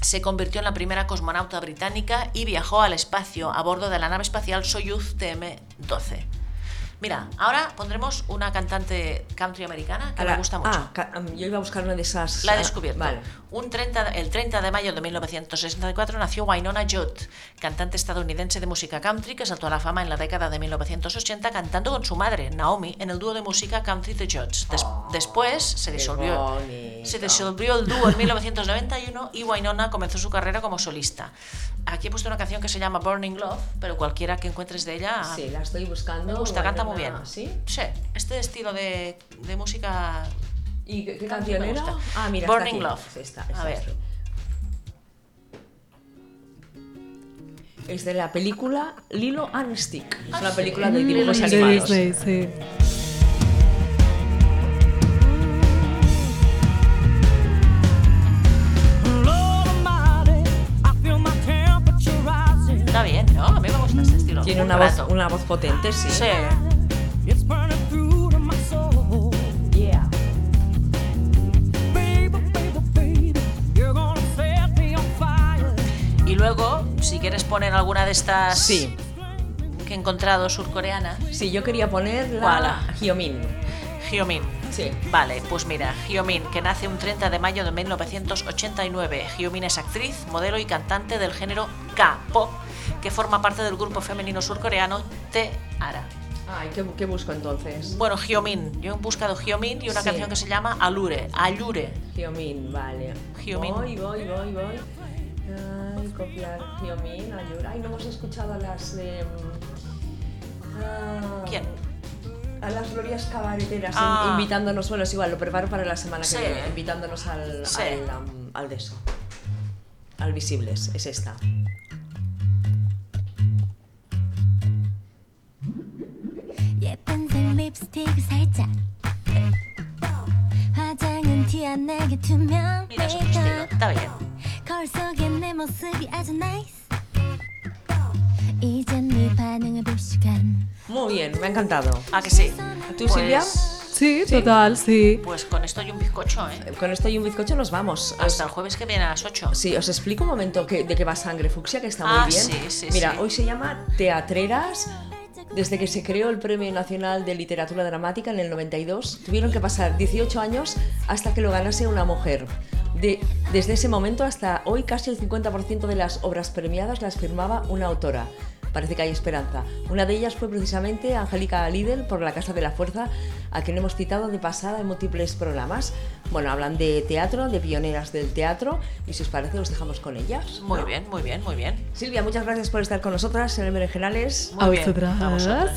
Speaker 2: se convirtió en la primera cosmonauta británica y viajó al espacio a bordo de la nave espacial Soyuz TM-12. Mira, ahora pondremos una cantante country americana que
Speaker 1: Ahora-
Speaker 2: me gusta mucho.
Speaker 1: Ah, ca- am, yo iba a buscar una de esas.
Speaker 2: La he
Speaker 1: ah,
Speaker 2: descubierto.
Speaker 1: Vale.
Speaker 2: Un 30 de- el 30 de mayo de 1964 nació Wynonna Judd, cantante estadounidense de música country que saltó a la fama en la década de 1980 cantando con su madre, Naomi, en el dúo de música Country The Judds. Des- después se disolvió,
Speaker 1: Oh, bonito.
Speaker 2: se disolvió el dúo en 1991 y Wynonna comenzó su carrera como solista. Aquí he puesto una canción que se llama Burning Love, pero cualquiera que encuentres de ella...
Speaker 1: Sí, la estoy buscando.
Speaker 2: Me gusta, canta muy bien.
Speaker 1: Bueno, ¿Sí?
Speaker 2: Sí, este estilo de, de música
Speaker 1: ¿Y qué, qué
Speaker 2: Canción
Speaker 1: canción
Speaker 2: me
Speaker 1: era?
Speaker 2: gusta.
Speaker 1: Ah, mira,
Speaker 2: Burning
Speaker 1: está aquí.
Speaker 2: Love.
Speaker 1: Sí, está,
Speaker 2: A
Speaker 1: está,
Speaker 2: ver.
Speaker 1: está. Es de la película Lilo and Stick. Es una
Speaker 2: sí.
Speaker 1: película de
Speaker 3: mm,
Speaker 1: dibujos
Speaker 3: de
Speaker 1: animados.
Speaker 3: Disney, sí.
Speaker 2: Está bien, ¿no? A mí me gusta este estilo.
Speaker 1: Tiene
Speaker 2: Un
Speaker 1: una voz,
Speaker 2: rato.
Speaker 1: una voz potente, sí.
Speaker 2: Sí. Y luego, si quieres poner alguna de estas
Speaker 1: Sí,
Speaker 2: que he encontrado surcoreanas,
Speaker 1: sí, yo quería poner la
Speaker 2: Wala.
Speaker 1: Hyomin.
Speaker 2: Hyomin.
Speaker 1: Sí.
Speaker 2: Vale, pues mira, Hyomin, que nace un 30 de mayo de 1989. Hyomin es actriz, modelo y cantante del género K-pop, que forma parte del grupo femenino surcoreano T-ARA.
Speaker 1: Ay, ¿qué, bu- qué busco entonces?
Speaker 2: Bueno, Hyomin, yo he buscado Hyomin y una
Speaker 1: Sí.
Speaker 2: canción que se llama Alure. Alure.
Speaker 1: Hyomin, vale.
Speaker 2: Hyomin.
Speaker 1: Voy, voy, voy, voy. Ay, copiar Xiomín, Ayur. Ay, no hemos escuchado a las de. mm, ah,
Speaker 2: ¿Quién?
Speaker 1: A las glorias cabareteras,
Speaker 2: Ah.
Speaker 1: in- invitándonos, bueno, es igual, lo preparo para la semana
Speaker 2: Sí.
Speaker 1: que viene, invitándonos al,
Speaker 2: Sí.
Speaker 1: al, am, al de eso, al Visibles, es esta.
Speaker 6: 예쁜 색 립스틱 살짝 화장은 티 안 나게 투명
Speaker 2: Mira, es un estilo.
Speaker 6: 메이크업
Speaker 2: Está bien.
Speaker 6: 거울 속에 내 모습이 아주 나이스 이젠 네 반응을 볼 시간
Speaker 1: Muy bien, me ha encantado.
Speaker 2: Ah, que sí.
Speaker 1: ¿Tú, Silvia?
Speaker 3: Sí, total, sí.
Speaker 2: Pues con esto y un bizcocho, ¿eh?
Speaker 1: Con esto y un bizcocho nos vamos. Os-
Speaker 2: Hasta el jueves que viene a las 8.
Speaker 1: Pues Sí, os explico un momento que- de qué va Sangre Fucsia, que está
Speaker 2: Ah,
Speaker 1: muy bien.
Speaker 2: sí, sí,
Speaker 1: Mira,
Speaker 2: sí.
Speaker 1: hoy se llama Teatreras. Desde que se creó el Premio Nacional de Literatura Dramática en el 92, tuvieron que pasar 18 años hasta que lo ganase una mujer. De- desde ese momento hasta hoy, casi el 50% de las obras premiadas las firmaba una autora. Parece que hay esperanza. Una de ellas fue precisamente Angélica Lidl por La Casa de la Fuerza, a quien hemos citado de pasada en múltiples programas. Bueno, hablan de teatro, de pioneras del teatro, y si os parece, os dejamos con ellas.
Speaker 2: Muy
Speaker 1: ¿no?
Speaker 2: bien, muy bien, muy bien.
Speaker 1: Silvia, muchas gracias por estar con nosotras en el Berenjenales.
Speaker 2: Muy
Speaker 3: A
Speaker 2: bien.
Speaker 3: vosotras.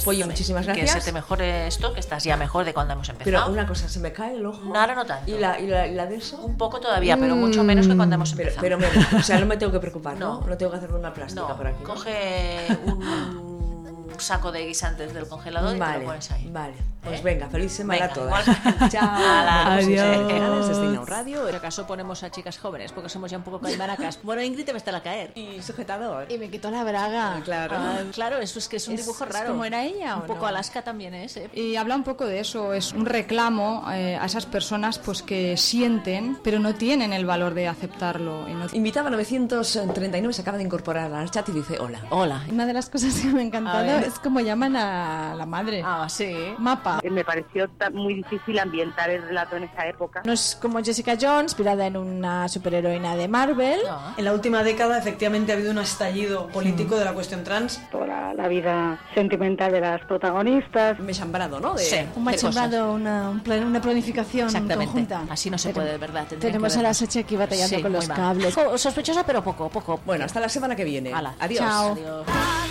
Speaker 1: Oye,
Speaker 2: También.
Speaker 1: muchísimas
Speaker 2: Que
Speaker 1: gracias.
Speaker 2: se te mejore esto, que estás ya mejor de cuando hemos
Speaker 1: Pero
Speaker 2: empezado.
Speaker 1: una cosa, se me cae el ojo.
Speaker 2: Ahora no tanto.
Speaker 1: ¿Y la, y la, y la de eso?
Speaker 2: Un poco todavía, pero mucho menos que cuando hemos
Speaker 1: Pero,
Speaker 2: empezado.
Speaker 1: pero menos, o sea, no me tengo que preocupar, ¿no? No,
Speaker 2: No.
Speaker 1: tengo que hacerme una plástica
Speaker 2: no,
Speaker 1: por aquí. ¿no?
Speaker 2: coge un saco de guisantes del congelador y te
Speaker 1: Vale,
Speaker 2: lo pones ahí. ¿Eh?
Speaker 1: vale. Pues venga, feliz semana
Speaker 2: Venga,
Speaker 1: a todas.
Speaker 2: igual.
Speaker 1: Chao.
Speaker 2: Hala.
Speaker 1: Berenjenales desde Inau Radio.
Speaker 10: Radio, ¿pero acaso ponemos a chicas jóvenes? Porque somos ya un poco calmaracas. Bueno, Ingrid te va a estar a caer.
Speaker 11: Y sujetador.
Speaker 12: Y me quitó la braga.
Speaker 11: Claro.
Speaker 10: Ah, claro, eso es que es un
Speaker 12: Es-
Speaker 10: dibujo
Speaker 12: es
Speaker 10: raro.
Speaker 12: como era ella, ¿o
Speaker 10: Un poco
Speaker 12: no?
Speaker 10: Alaska también es, ¿eh?
Speaker 12: Y habla un poco de eso, es un reclamo eh, a esas personas pues que sienten, pero no tienen el valor de aceptarlo. y no-
Speaker 1: Invitaba 939, se acaba de incorporar al chat y dice hola.
Speaker 10: Hola.
Speaker 12: Una de las cosas que me ha encantado
Speaker 10: A ver.
Speaker 12: es como llaman a la madre.
Speaker 10: Ah, sí.
Speaker 12: Mapa.
Speaker 13: Me pareció ta- muy difícil ambientar el relato en esa época.
Speaker 11: No es como Jessica Jones, inspirada en una superheroína de Marvel.
Speaker 14: En la última década, efectivamente, ha habido un estallido político de la cuestión trans.
Speaker 13: Toda la vida sentimental de las protagonistas.
Speaker 1: Me he chambrado, ¿no? De-
Speaker 2: Sí,
Speaker 12: Un
Speaker 2: de cosas.
Speaker 12: machembrado, una, un plan- una planificación
Speaker 10: Exactamente.
Speaker 12: conjunta.
Speaker 10: Así no se puede, de verdad. Tendría
Speaker 12: Tenemos
Speaker 10: que
Speaker 12: a la
Speaker 10: vernos.
Speaker 12: Sachi aquí batallando
Speaker 10: Sí,
Speaker 12: con los
Speaker 10: muy mal.
Speaker 12: cables.
Speaker 10: Poco- Sospechosa, pero poco, poco.
Speaker 1: Bueno, hasta la semana que viene.
Speaker 10: Hala.
Speaker 1: Adiós.
Speaker 12: Chao.
Speaker 10: Adiós.
Speaker 6: I